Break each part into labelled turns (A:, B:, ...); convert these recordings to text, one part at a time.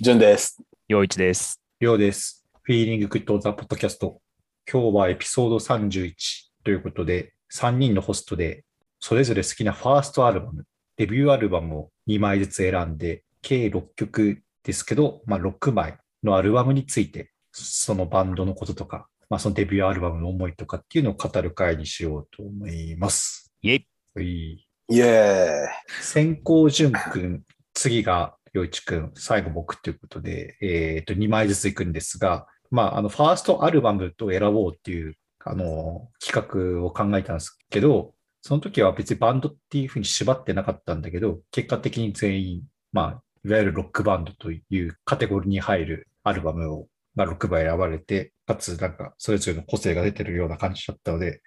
A: 潤です。
B: 陽一です。
C: りょうです。フィーリングクイットザポッドキャスト。今日はエピソード31ということで、3人のホストで、それぞれ好きなファーストアルバム、デビューアルバムを2枚ずつ選んで、計6曲ですけど、まあ、6枚のアルバムについて、そのバンドのこととか、まあ、そのデビューアルバムの思いとかっていうのを語る会にしようと思います。
B: イェイ
C: はい
A: イエ
C: 先行淳くん、次が陽一くん、最後僕ということで、えっ、と、2枚ずついくんですが、まあ、あの、ファーストアルバムと選ぼうっていう、あの、企画を考えたんですけど、その時は別にバンドっていうふうに縛ってなかったんだけど、結果的に全員、まあ、いわゆるロックバンドというカテゴリーに入るアルバムを、まあ、6枚選ばれて、かつ、なんか、それぞれの個性が出てるような感じだったので、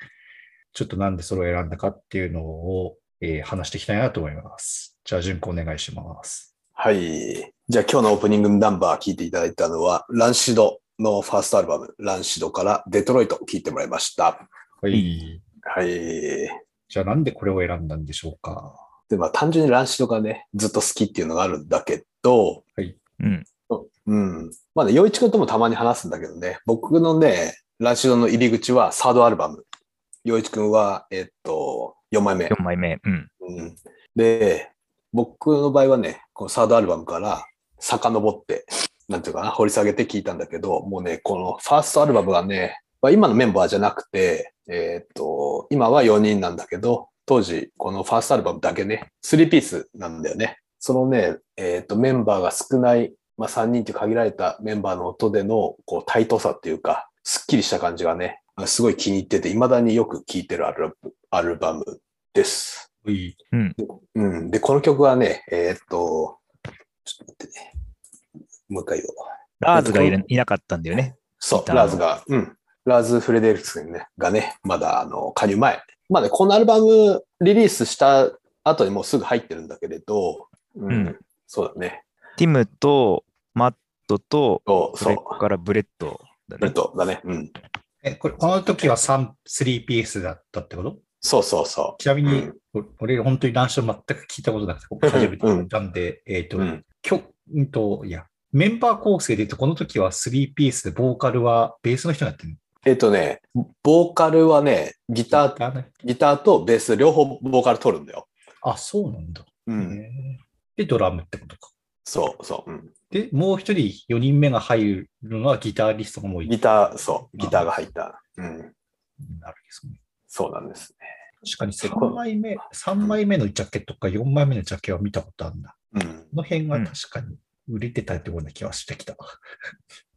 C: ちょっとなんでそれを選んだかっていうのを、えー話していきたいなと思います。じゃあ、順子お願いします。
A: ーはい。じゃあ今日のオープニングナンバー聞いていただいたのは、ランシドのファーストアルバム、ランシドからデトロイト聞いてもらいました。
C: はい。
B: い
A: はい。
C: じゃあ、なんでこれを選んだんでしょうか。
A: で、まあ単純にランシドがね、ずっと好きっていうのがあるんだけど、
B: うん。
A: うん。まあね、洋一くんともたまに話すんだけどね、僕のね、ランシドの入り口はサードアルバム。洋一くんは、えっと、4枚目。
B: 4枚目。うん。
A: うんで、僕の場合はね、このサードアルバムから遡って、なんていうかな、掘り下げて聞いたんだけど、もうね、このファーストアルバムがね、まあ今のメンバーじゃなくて、えーっと、今は4人なんだけど、当時、このファーストアルバムだけね、3ピースなんだよね。そのね、えーっと、メンバーが少ない、まあ3人っていう限られたメンバーの音での、こう、対等さっていうか、すっきりした感じがね、すごい気に入ってて、未だによく聴いてるアルアルバムです。
C: はい。
A: うん。で、この曲はね、えーっと、ちょっと待ってね。もう一回言おう。
B: ラーズがいるいなかったんだよね。
A: そ
B: ギ
A: う、
B: ターの
A: ラーズが、うん。ラーズ・フレデルクスね、がね、まだ、あの、加入前。まあね、このアルバムリリースした後にもうすぐ入ってるんだけれど、うん。
B: うん
A: そうだね。
B: ティムとマットと、
A: そう、
B: そ
A: そう
B: れ。からブレッドだ
A: えっ
B: ね。
A: と、だね。うん。
C: え、これ、この時は3、3ピースだったってこと
A: そうそうそ
C: ちなみに、
A: う
C: お俺、本当に乱視を全く聞いたことなく て、ここ初めて聞いたんで、えっ、
A: う。
C: と、
A: うん。
C: きょ、うんと、いや、メンバー構成で言うと、この時は3ピースで、ボーカルはベースの人になってる
A: えっとね、ボーカルはね、ギター、
C: だね。
A: ギターとベース両方ボーカル取るんだよ。
C: あ、そうなんだ。
A: うん。
C: へーで、ドラムってことか。
A: そうそう。うん。
C: で、もう一人、4人目が入るのはギタリストがもういる
A: ギター、そう。ギターが入った。うん。
C: なるんですね。
A: そうなんです。
C: 確かに
A: そう
C: 3枚目、三枚目のジャケットか4枚目のジャケは見たことあるんだ。
A: うん
C: この辺が
B: うん
C: 確かに売れてたってような気はしてき た。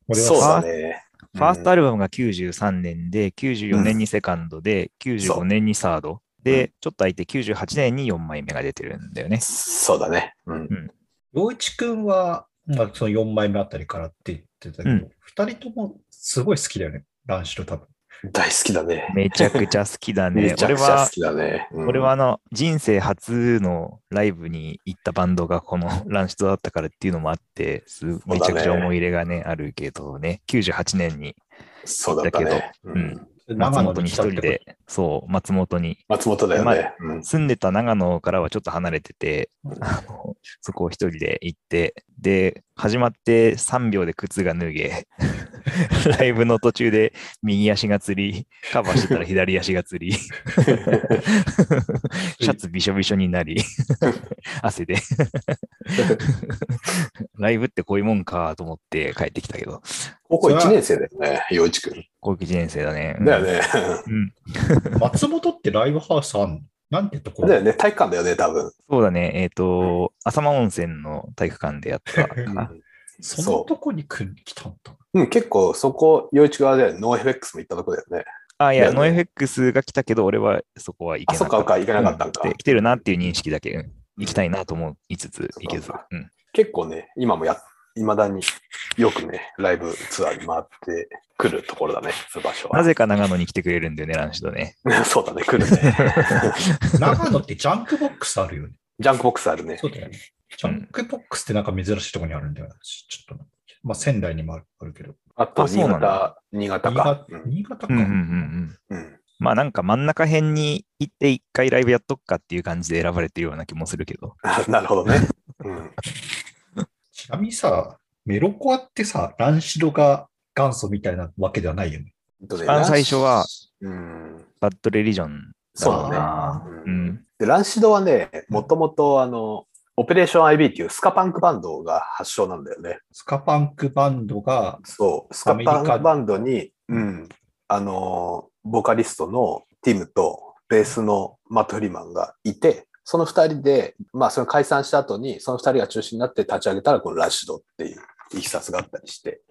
C: 俺は
A: そう
B: さ
A: だね。
B: ファーストア
A: ル
B: ルバムが93年で、94年にセカンドで、95年にサード。で、ちょっと空いて98年に4枚目が出てるんだよね。
A: そうだね。うん。
C: 陽一くんは、まあ、その4枚目あたりからって言ってたけ
B: う
C: ど
B: ん、
C: 二、人ともすごい好きだよね。乱視と多分。
A: 大好きだね。
B: めちゃくちゃ好きだ ね
A: め。ちゃ
B: 俺
A: くちゃ
B: は
A: 好、きだね。うん
B: 俺はあの、人生初のライブに行ったバンドがこのランシドだったからっていうのもあって、すめちゃくちゃ思い入れがね、あるけどね、98年に
A: そうだったね。
B: けど
A: うん
B: うん松
C: 長野
B: 本に
C: に
B: 一
C: 来たっ
B: 人
C: てこと
B: で、そう、松本に
A: 松本だよ
B: ま
A: ね。うん
B: 住んでた長野からはちょっと離れてて、あのそこを一人で行って、で、始まって3秒で靴が脱げ、 ライブの途中で右足がつり、カバーしてたら左足がつり、シャツびしょびしょになり、汗で。ライブってこういうもんかと思って帰ってきたけど、
A: 高校1年生だよね、陽一くん。
B: 高校1年生だね。うん
A: だよね。
B: うん、
C: 松本ってライブハウスあんのなんてとこ
A: だよね。体育館だよね、多分。
B: そうだね、えっ、と、浅間温泉の体育館でやったかな。
C: その
A: そ
C: とこに来る来たんだ。
A: う。うん、結構そこ、陽一くんはね、ノーエフェックスも行ったとこだよね。
B: あ、い
A: だ
B: や、
A: よね
B: ノエフェックスが来たけど、俺はそこは行け
A: あ、
B: な
A: そっか、そっ
B: か
A: か、
B: っ
A: 行かなかったん
B: た。
A: か
B: で、。来てるなっていう認識だけ、うん行きた
A: い。
B: いなと思いつつ行けず
A: そうか。
B: うん
A: 結構ね、今もや、いまだによくね、ライブツアーに回ってくるところだね、そういう場所は。
B: なぜか長野に来てくれるんだよね、ランシドね。
A: そうだね、来る ね。
C: 長野ってジャンクボックスあるよね。
A: ジャンクボックスあるね。
C: そうだよね。ジャンクボックスってなんか珍しいとこにあるんだよな。ちょっと、まあ、仙台にもあるあるけど。
A: あと、
B: あそう
A: 新
B: なん
A: 潟、新潟
C: 新
A: か
C: 潟。
A: うん
C: 新潟か。
B: うんうんうんうん。
A: うん
B: まあなんか真ん中辺に行って一回ライブやっとくかっていう感じで 選ばれてるような気もするけど。
A: なるほどね。うん
C: ちなみにさ、メロコアってさ、乱視ドが元祖みたいなわけではないよね。
A: 一
B: 一番最初は、
A: うん、
B: バッドレリジョン。
A: そうだね。
C: あ
A: う
B: うんん。
A: で、ランシドはね、もともとあの、オペレーション IB っていうスカパンクバンドが発祥なんだよね。
C: スカパンクバンドが、
A: そう、スカパ
C: アメリカ
A: ンクバンドに、うん、あの、ボーカリストのティムとベースのマット・フリーマンがいて、その二人で、まあ、その解散した後に、その二人が中心になって立ち上げたら、このラッシュドっていういきさつがあったりして、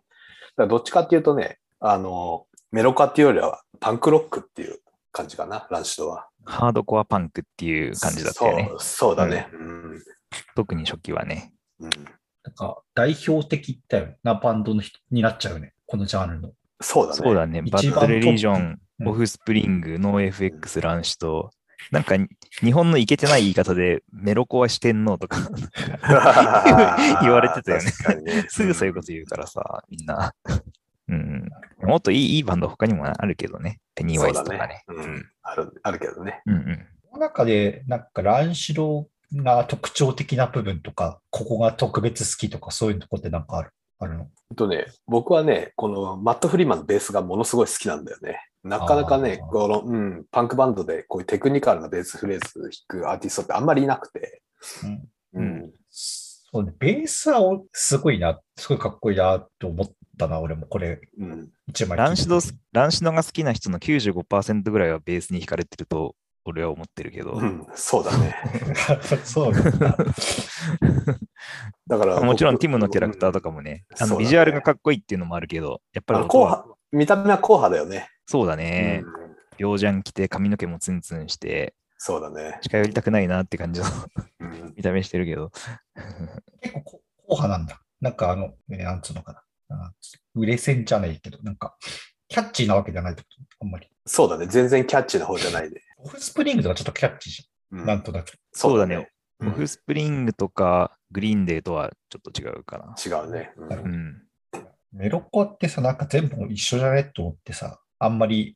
A: だからどっちかっていうとね、あの、メロカっていうよりはパンクロックっていう感じかな、ラッシュドは。
B: ハードコアパンクっていう感じだったよね
A: そ。うそうだね。うん
B: 特に初期はね。
A: うん
C: なんか代表的だよねなバンドの人になっちゃうよね。このジャンルの。
A: そうだね。
B: そうだね。バ
C: 一番
B: ッドレリジョン
C: トッ、プ
B: オフスプリング、ノー FX、ランシと、なんかに日本のいけてない言い方で、メロコア四天王とか言われてたよね
A: 確かにね
B: すぐそういうこと言うからさ、みんな。 うん。もっといいいいバンド他にもあるけどね。ペニーワイズとかね。
A: そうだねあるあるけどね。
B: うんうん。
C: この中で、なんか乱視ドが特徴的な部分とか、ここが特別好きとか、そういうとこってなんかあるあるの
A: えっとね、僕はね、このマット・フリーマンのベースがものすごい好きなんだよね。なかなかね、
C: あー
A: この、うん、パンクバンドでこういうテクニカルなベースフレーズ弾くアーティストってあんまりいなくて。
C: うん
A: うん。
C: そうね、ベースはおすごいな、すごいかっこいいなと思ったな、俺もこれ
A: うん。
C: 一枚聞いてて。
B: ランシド、ランシドが好きな人の95%ぐらいはベースに惹かれてると、俺は思ってるけど
A: う。ん、そうだね。
C: そう なんだ。
A: だから僕。
B: もちろんティムのキャラクターとか
A: も。
B: もね、
A: うん
B: あ
A: そう
B: の
A: だね
B: ビジュアルがかっこいいっていうのもあるけど、やっぱ
A: あ
B: り
A: の
B: 音
A: 後
B: は
A: 半見た目は硬派だよね。
B: そうだね
A: う。ん
B: 両ジャン着て髪の毛もツンツンして、
A: そうだね。
B: 近寄りたくないなって感じの
A: うん
B: 見た目してるけど。
C: 結構こ硬派なんだ。なんかあの、えーなんつうのかな。あー売れ線じゃないけど、なんか、キャッチーなわけじゃないってことあんまり。
A: そうだね。全然キャッチーな方じゃないね。
C: オフスプリングとかちょっとキャッチーじ
A: う
C: ゃ
A: ん
C: ん。なんとなく。
B: そうだね。
A: うん
B: オフスプリングとかグリーンデーとはちょっと違うかな。
A: 違うね。うん
B: うん。
C: メロコアってさ、なんか全部一緒じゃねと思ってさ、あん まり、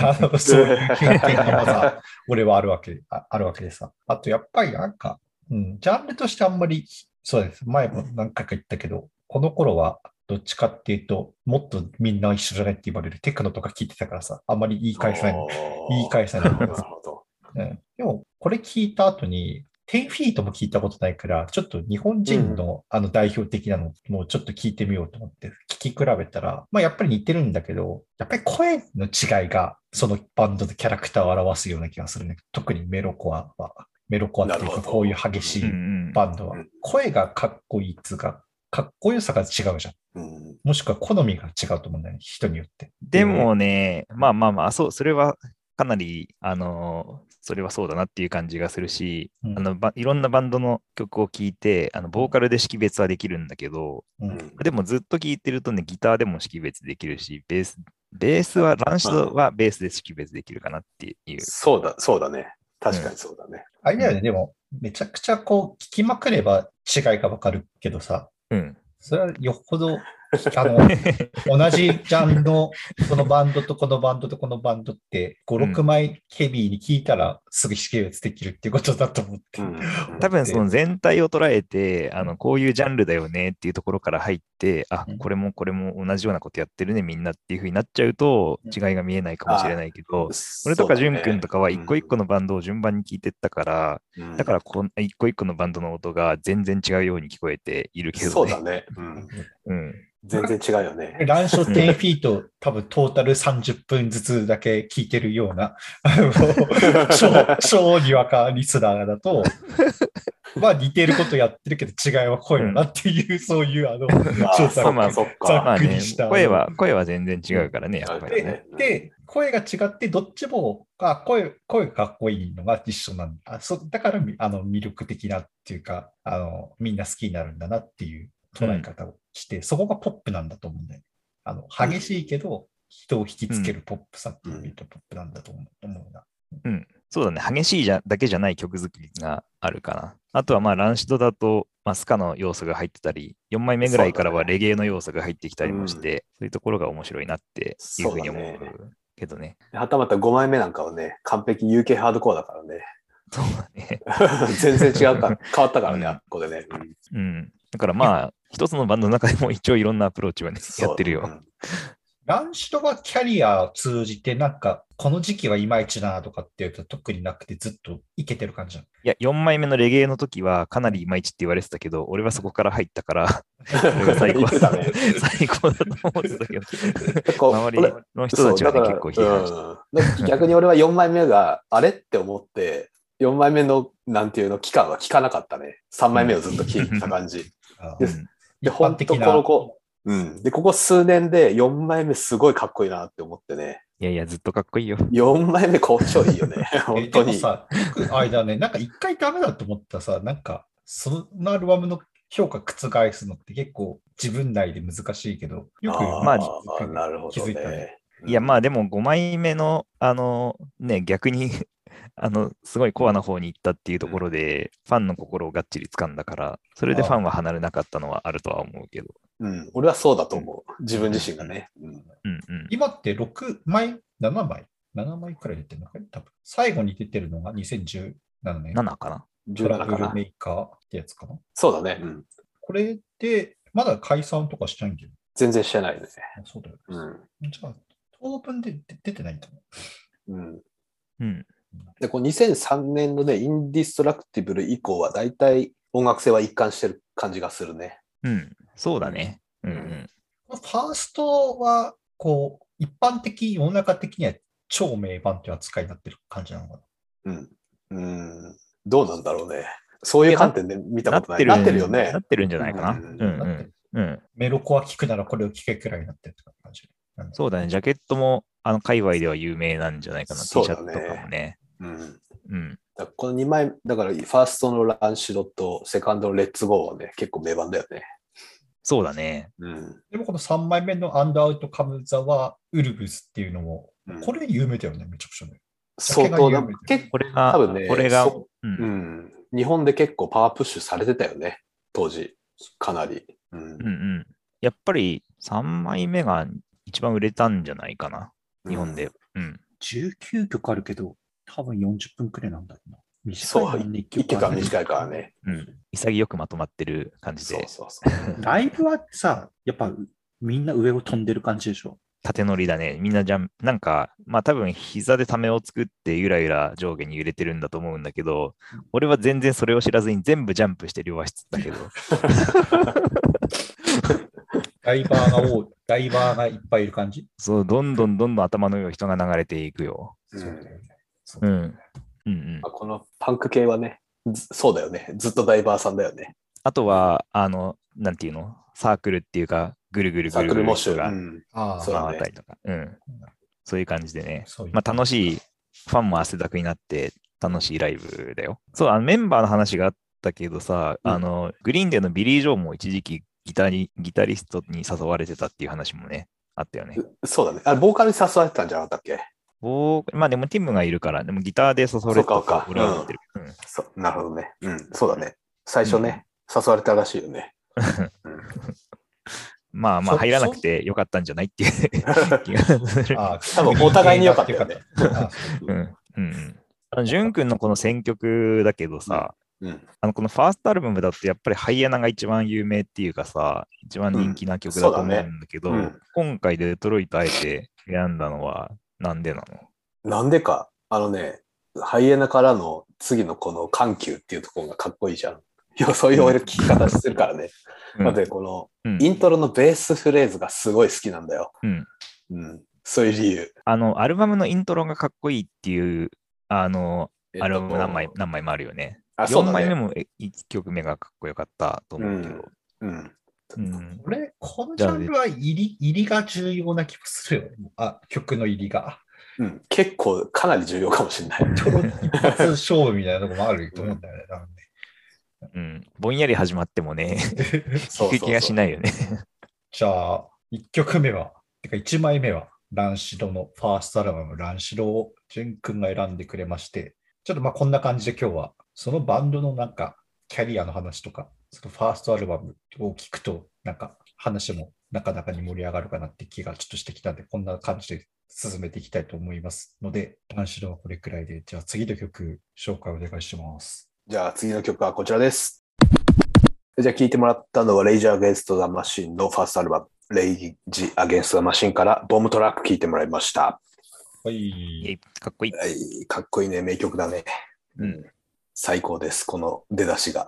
C: あのそういう経験がまだ、俺はあるわけあ、あるわけでさ。あと、やっぱりなんか、うん、ジャンルとしてあんまり、そうです。前も何回か言ったけど、この頃は、どっちかっていうと、もっとみんな一緒じゃないって言われるテクノとか聞いてたからさ、あんまり言 い返せないの。言い返せない
A: なるほど。
C: うんでも、これ聞いた後に、10フィートも聞いたことないから、ちょっと日本人のあの代表的なのもちょっと聞いてみようと思って、聞き比べたら、まあやっぱり似てるんだけど、やっぱり声の違いが、そのバンドでキャラクターを表すような気がするね。特にメロコアは、メロコアっていう
A: なる
C: か、
A: ほど
C: こういう激し
B: うんう
C: い
B: ん、
C: バンドは
A: うん、
C: 声がかっこいいっつうか、かっこよさが違うじゃん。
A: うん
C: もしくは好みが違うと思うんだよね、人によって。
B: でもね、まあまあまあ、そう、それはかなり、あのーそれはそうだなっていう感じがするし、
C: うん
B: あのばいろんなバンドの曲を聴いて、あのボーカルで識別はできるんだけど、
C: うん
B: でもずっと聴いてるとね、ギターでも識別できるし、ベース、ベースは、ランシドはベースで識別できるかなっていう。
A: そうだ、そうだね。確かにそうだね。
C: あれだよね、でも、めちゃくちゃこう、聞きまくれば違いがわかるけどさ、
B: うん。
C: それはよっ ぽど、あの、同じジャンルの、このバンドとこのバンドとこのバンドって、
B: うん
C: 5、6枚ケビーに聞いたら、すぐ識別できるっていうことだと思って。
A: うん
B: 多分その全体を捉えて、あのこういうジャンルだよねっていうところから入って、あ
C: うん
B: これもこれも同じようなことやってるね、みんなっていうふうになっちゃうと、
C: うん
B: 違いが見えないかもしれないけど、
A: そ
B: 俺
A: うだね
B: とか淳君とかは一個一個のバンドを順番に聞いてったから、
A: うん
B: だからこん一個一個のバンドの音が全然違うように聞こえているけど、ね、
A: そうだね。うん
B: うん。
A: 全然違うよ ね。
C: 乱書10フィート、多分トータル30分ずつだけ聞いてるよ うな、あの超、超にわかリスナーだと、まあ似てることやってるけど違いは濃いよなっていう、そういうあの、
A: あ
C: そうそう
A: まあ、そっ
C: そう
A: か。
B: まあ
C: びっく
B: ね
C: りした、
B: 声は、声は全然違うからね、やっぱりね。
C: でで、声が違って、どっちも、あ声、声がかっこいいのが一緒なんだ。あそだからみあの魅力的なっていうかあの、みんな好きになるんだなっていう捉え方をして、そこがポップなんだと思うんだよね。あの激しいけど、人を引きつけるポップさっていう意味とポップなんだと思う,、思うな。
B: そうだね、激しいじゃだけじゃない曲作りがあるかな。あとはまあ、ランシドだと、まあ、スカの要素が入ってたり、4枚目ぐらいからはレゲエの要素が入ってきたりもして、そう,、いうところが面白いなっていうふうに思
A: そうだね
B: うけどね。
A: はたまた5枚目なんかはね、完璧 UK ハードコアだからね。
B: そうだね。
A: 全然違うから、変わったからね、あっこでね。
B: うん。だからまあ、一つのバンドの中でも一応いろんなアプローチはね、
A: そう
B: やってる
A: う
B: よ。
A: ん
C: ランシュとはキャリアを通じて、なんか、この時期はいまいちだなとかっていうと特になくてずっといけてる感じなの。
B: いや、4枚目のレゲエの時はかなりいまいちって言われてたけど、俺はそこから入っ たから、れが最高
A: 言ってたね。
B: 最高だと思って たけど、
A: 結構
B: 周りの人たちはね、
A: そう
B: 結構批判して。
A: うんだから逆に俺は4枚目があれって思って、4枚目のなんていうの期間は聞かなかったね。3枚目をずっと聞いてた感じ。
C: あ
A: で
C: ー
A: す
B: うん
A: で、
C: 一
A: ほ
C: 般
A: ん
C: 的
A: とこ
C: な。
A: の子、うん。で、ここ数年で4枚目すごいかっこいいなって思ってね。
B: いやいや、ずっとかっこいいよ。
A: 4枚目好調いいよね。
C: え
A: 本
C: で
A: 当
C: も
A: に。
C: さ、よくあれだね、なんか一回ダメだと思ったさ、なんか、そのアルバムの評価覆すのって結構自分内で難しいけど、よく
A: あー
B: まあ
A: なるほ
C: 気
A: ど
C: づいたね。
A: ね。
B: いや、まあでも5枚目の、あの、ね、逆に、 あの、すごいコアな方に行ったっていうところで、ファンの心をがっちり掴んだから、それでファンは離れなかったのはあるとは思うけど。
A: うん、俺はそうだと思う。自分自身がね。うん
B: うんうん。
C: 今って6枚、7枚、7枚くらい出てるのかね、多分。最後に出てるのが2017年。
B: 7かな
C: トラ
A: 17
C: ブ
A: か
C: ル
A: な
C: メ。ーカーってやつかな。
A: そうだね。うん
C: これで、まだ解散とかしないんだよね。
A: 全然してないね。
C: あそうだよ。
A: うん
C: じゃあ、当分でで出てないんだね。
A: うん、
B: うん。
A: で、この2003年のね、インディストラクティブル以降は、大体音楽性は一貫してる感じがするね。
B: うん。そうだね。うんうん。
C: ファーストは、こう、一般的、世の中的には超名盤という扱いになってる感じなのかな。
A: うん。うん。どうなんだろうね。そういう観点で見た
B: な
A: こ
B: っ
A: とな
B: て
A: い。
B: る。
A: なってるよね
B: な。ってるんじゃないかな。
A: う
B: うんん
C: だって
B: うん。うん。
C: メロコア聞くならこれを聞けくらいになってるって感じ。
B: そうだね。ジャケットも、あの、界隈では有名なんじゃないかな。T シ
A: そう
B: ャ
A: だ
B: ツ
A: ね
B: とかもね。
A: うん。
B: うん。
A: だからこの2枚、だからファーストのランシドとセカンドのレッツゴーはね、結構名盤だよね。
B: そうだね。
A: うん。
C: でもこの3枚目のアンドアウトカムザはウルブスっていうのも、
A: うん
C: これ有名だよね、めちゃくちゃね。
A: 相当だ
C: 酒が有名だよ。
A: 結構、
B: これが、
A: 多分ね
B: これが、。
A: そううんん。日本で結構パワープッシュされてたよね。当時。かなり。うん
B: うんうん。やっぱり3枚目が一番売れたんじゃないかな。日本で。。うん。
C: 19曲あるけど、多分40分くらいなんだよな。
A: そう、一曲は短いからね。
B: うん。潔くまとまってる感じ
A: そう
B: で、
A: そうそう。
D: ライブはさ、やっぱみんな上を飛んでる感じでしょ。
B: 縦乗りだね。みんなじゃん、なんか、まあ多分膝でためを作ってゆらゆら上下に揺れてるんだと思うんだけど、俺は全然それを知らずに全部ジャンプして両足つったけ ど、
C: ダイバーが多い、ダイバーがいっぱいいる感じ。
B: そう、どんどんどんどん頭の上を人が流れていくよ。
A: うん
C: そうだよね。そう
B: う
C: だよね
B: ん。うんうん
A: まあ、このパンク系はね、ずそうだよね。ずっとダイバーさんだよね。
B: あとは、あの、なんていうのサークルっていうか、ぐるぐる
A: サ
B: ぐ
A: ー
B: る
A: ク
B: ぐ
A: ル
B: る
A: モッシ
B: 人
A: ュ。
B: が
A: うん
C: ああ、
A: そうだね
B: 回ったりとか、うん。そういう感じでね。
C: そういう
B: まあ、楽しい、ファンも汗だくになって楽しいライブだよ。そう、あのメンバーの話があったけどさ、
A: うん
B: あの、グリーンデーのビリー・ジョーも一時期ギタリギタリストに誘われてたっていう話もね、あったよね。
A: そうだね。あれボーカルに誘われてたんじゃなかったっけ
B: おまあでもティムがいるから、でもギターで誘われてた
A: そうかそうか
B: と俺は思ってる。うん
A: そうなるほどね。うん、そうだね。最初ね、誘われたらしいよね。
B: まあまあ
C: そ
B: 入らなくてよかったんじゃないっていう気がする。
C: ああ
A: 多分お互いに良かったよね。
C: ああ
B: うんうんうん。あの、ジュン君のこの選曲だけどさ、
A: うん、
B: あのこのファーストアルバムだとやっぱりハイアナが一番有名っていうかさ、一番人気な曲だと思うんだけど、
A: うんそうだねうん
B: 今回デトロイトあえて選んだのはなんでなの
A: なんでか、あのね、ハイエナからの次のこの緩急っていうところがかっこいいじゃん。いや、 そういう俺聞き方してるからね。
B: うん
A: なので、この
B: うん
A: イントロのベースフレーズがすごい好きなんだよ。
B: うん
A: うん、そういう理由。
B: あの、アルバムのイントロがかっこいいっていう、あの、
A: えっと
B: アルバム何枚何枚もあるよね。
A: あ、そう
B: 4
A: だ
B: 枚
A: ね。
B: 目も1曲目がかっこよかったと思うけど。
A: うん。
B: うん
C: これ、このジャンルは入り入りが重要な気もするよね。あ、曲の入りが。
A: うん、結構かなり重要かもしれ ない。
C: ちょろ一発勝負みたいなとこもあると思うんだよね。多分ね
B: うんぼんやり始まってもね、
A: そう
B: 聞
A: そうそ
B: く
A: う
B: 気がしないよね。
C: じゃあ、1曲目は、てか1枚目は、ランシドのファーストアルバム、ランシドを淳君が選んでくれまして、ちょっとまあこんな感じで今日は、そのバンドのなんか、キャリアの話とか、そのファーストアルバムを聞くと、なんか話もなかなかに盛り上がるかなって気がちょっとしてきたんで、こんな感じで進めていきたいと思いますので、ランシドはこれくらいで、じゃあ次の曲紹介お願いします。
A: じゃあ次の曲はこちらです。じゃあ聞いてもらったのは、レイジアゲンスト・ザ・マシンのファーストアルバム、レイジ・アゲンスト・ザ・マシンから、ボムトラック聞いてもらいました。
C: はい。
B: イエイかっこいい。
A: はい、かっこいいね、名曲だね。
B: うん。
A: 最高です、この出だしが。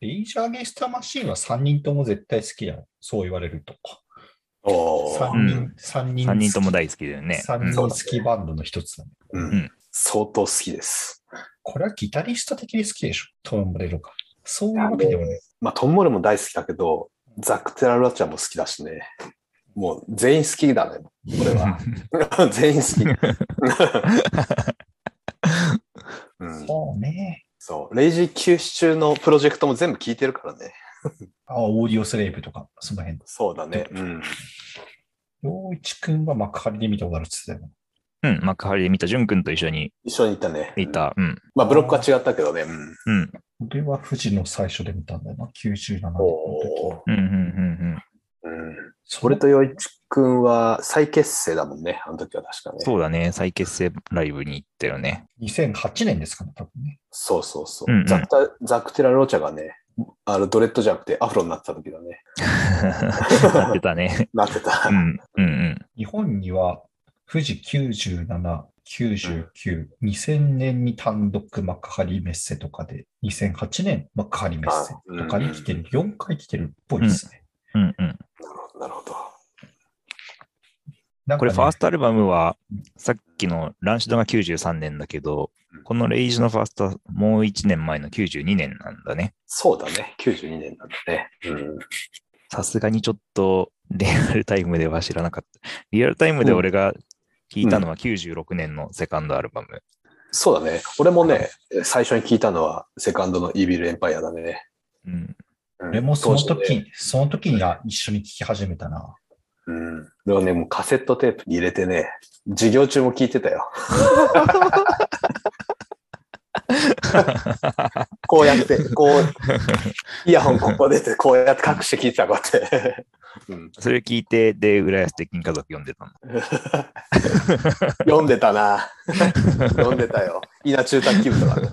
C: レイジャーゲンスターマシーンは3人とも絶対好きだよ。そう言われると。
A: おー
C: 3
B: う
C: 人、三人
B: 3人とも
C: だ
B: 大好きだよね。
C: 3人好きバンドの一つだね。
A: うん
B: ん
A: 相当好きです。
C: これはギタリスト的に好きでしょ。トンボレロか。そういうわけでもね。
A: まあ、トンモレも大好きだけど、ザック・テラルアちゃんも好きだしね。もう全員好きだね、これは。全員好き。うん、
C: そうね。
A: そう。レイジー休止中のプロジェクトも全部聞いてるからね。
C: あオーディオスレイプとか、その辺。
A: そうだね。うん。
C: 陽一くんは幕張で見たことあるって言ってたよね。
B: うん。幕張で見た、ジュン君と一緒に
A: 一緒に行ったね。
B: いた。うん。
A: まあ、ブロックは違ったけどね。うん。
B: うん。
C: 俺は富士の最初で見たんだよな。97年の時。
A: ー
B: うん。うん。うん。
A: うん。
C: そ
A: 俺と洋一くんは再結成だもんね。あの時は確かね。
B: そうだね。再結成ライブに行ったよね。
C: 2008年ですかね、多分ね。
A: そうそうそう。
B: うんうん
A: ザクタザクテラローチャがね、あのドレッドじゃなくてアフロになってた時だね。
B: やってたね。
A: なってた。
B: うん。うん。うん。
C: 日本には富士97、99、2000年に単独幕張メッセとかで、2008年幕張メッセとかに来てる、4回来てるっぽいですね。
B: うん。うん。
A: なるほど、なるほど。
C: なん
B: こ
C: かね
B: れ、ファーストアルバムは、さっきのランシドが93年だけど
A: うん、
B: このレイジのファーストはもう1年前の92年なんだね。
A: そうだね。92年なんだね。うん。
B: さすがにちょっとリアルタイムでは知らなかった。リアルタイムで俺が聞いたのは96年のセカンドアルバム。
A: そうだね。俺もね、最初に聞いたのは、セカンドのイービルエンパイアだね。
B: うん。
A: うん
C: 俺もその
A: 当時ね
C: 時、その時には一緒に聴き始めたな。
A: うん。でもね、もうカセットテープに入れてね、授業中も聞いてたよ。 こうやって、こう、イヤホンここ出て、こうやって隠して聞いてた、こうやって。うん、
B: それ聞いて、で、浦安鉄筋家族読んでたの。
A: 読んでたな。読んでたよ。稲中卓球部とかね。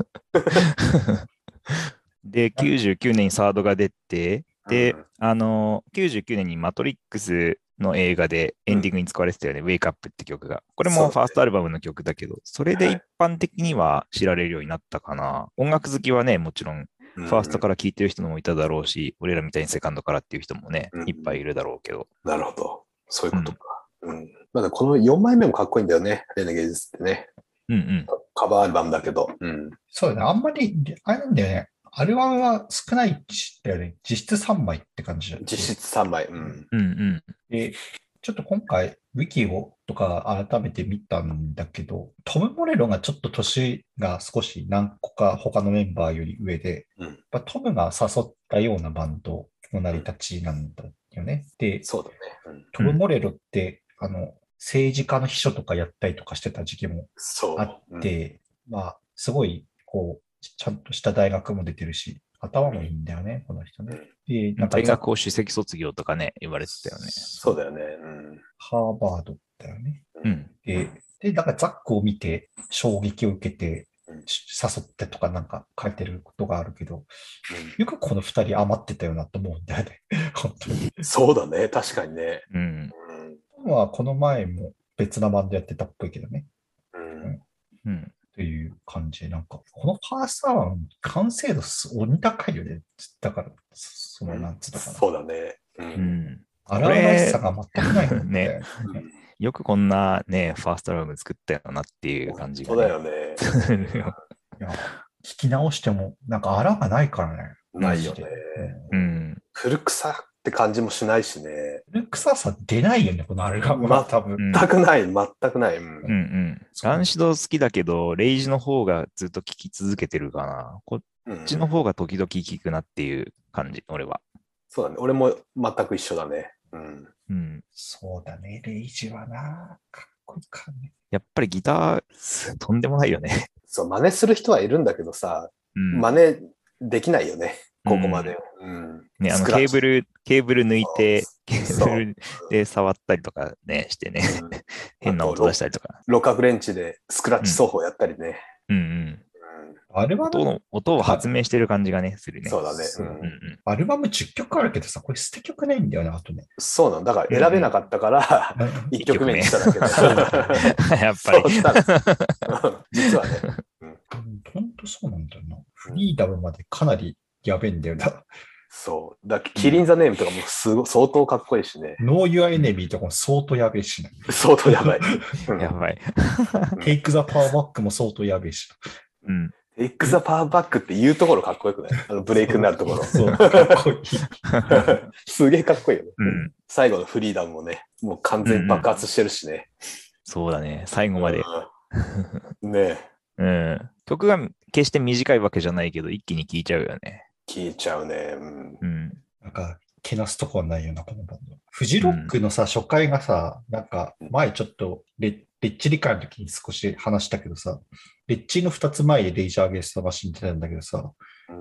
B: で、99年にサードが出て、で、
A: うん
B: あの、99年にマトリックスの映画でエンディングに使われてたよね、ウェイクアップって曲が。これ
A: そうだ
B: も
A: ね
B: ファーストアルバムの曲だけど、それで一般的には知られるようになったかな。音楽好きはね、もちろん、
A: フ
B: ファーストから聴いてる人もいただろうし、俺らみたいにセカンドからっていう人もね
A: う、ん
B: いっぱいいるだろうけど。
A: なるほど。そういうことか。うん。まだこの4枚目もかっこいいんだよね。レネゲーズってね。
B: うんうん。
A: カバーアルバムだけど。うん。
C: そうだね、あんまり、あれなんだよね。アルバムは少ないんだよね。実質3枚って感じだよね
A: 実質3枚。うん。
B: うんうん。
C: で、ちょっと今回、ウィキをとか改めて見たんだけど、トム・モレロがちょっと年が少し何個か他のメンバーより上で、
A: うん
C: やっぱトムが誘ったようなバンドの成り立ちなんだよね。で、
A: そうだね。うん、
C: トム・モレロって、あの、政治家の秘書とかやったりとかしてた時期も
A: そう。
C: あって、まあ、すごい、こう、ちゃんとした大学も出てるし、頭もいいんだよね、この人ね。で、なんか
B: 大学を首席卒業とかね、言われてたよね。
A: そうだよね。うん。
C: ハーバードだよね。
B: うん。
C: で、で、なんかザックを見て衝撃を受けて
A: うん
C: し誘ってとかなんか書いてることがあるけど、よくこの二人余ってたよなと思うんだよね。 本当に。
A: うんそうだね。確かにね。
B: うん。
C: まあ、この前も別なバンドやってたっぽいけどね。
A: うん。うん
B: うん。
C: という感じで、なんか、このファーストアワーの完成度す鬼高いよね。だから、そその、なんつうのか
A: そうだね。うん
B: うん。
C: な。荒々しさが全くないんだよ
A: うん
B: よくこんなね、ファーストアルバム作ったよなっていう感じが、
A: そうだよね。
B: ね。
C: いや聞き直しても、なんか荒がないからね。
A: ないよね
C: マジで。
B: うん。
A: 古臭って感じもしないしね。
C: うん臭さ出ないよね、このアルバムは多分。
B: うん
A: 全くない、全くない。うん
B: うんうん。ランシド好きだけど、レイジの方がずっと聴き続けてるかな。こっ
A: うん
B: ちの方が時々聴くなっていう感じ、俺は。
A: そうだね。俺も全く一緒だね。うん。
B: うん。
C: そうだね、レイジはな、かっこいいからね。
B: やっぱりギター、すとんでもないよね。
A: そう、真似する人はいるんだけどさ、
B: うん。
A: 真似できないよね。ここまで。うん。
B: ね、あ
A: ス
B: のケ
A: クラッ
B: ー
A: チ
B: ブル、ケーブル抜いて、ケ
A: そ
B: ー
A: う
B: ブルで触ったりとかね、して ね、
A: うん
B: 変な音出したりとか。
A: 六角レンチでスクラッチ奏法やったりね。
B: うんうん。
A: うん
C: アルバ
B: 音
C: ム、
B: の音を発明してる感じがね、するね。
A: そうだね。
C: そう
A: うん
B: うんうん。
C: アルバム10曲あるけどさ、これ捨て曲ないんだよね、あとね。
A: そうなの。だから選べなかったから、
C: うん
A: 一1曲目にしただけだ。
B: やっぱ
A: そう
B: り。
A: したのうん 実はね。
C: ほんとそうなんだよな。フリーダムまでかなりやべえんだよな。
A: そう。だキリン・ザ・ネームとかもすご相当かっこいいしね。
C: ノー・ユア・エネミーとかも相当やべえしな。
A: 相当や ばい。うん
B: やばい。
C: テイク・ザ・パワーバックも相当やべえし
B: うん。
A: エックザパワーバックって言うところかっこよくないあのブレイクになるところ
C: な。。そう、かっこいい。
A: すげえかっこいいよね。
B: うん。
A: 最後のフリーダムもね、もう完全に爆発してるしね。
B: そうだね。最後まで。
A: うんねえ、
B: うん。曲が決して短いわけじゃないけど、一気に聴いちゃうよね。
A: 聞いちゃうね。うん
B: うん。
C: なんか、けなすとこはないような、このバンド。フジロックのさ、初回がさ、なんか、前ちょっとレ、レッチリ会の時に少し話したけどさ、レッチリの2つ前でレイジャーゲストマシン出たんだけどさ、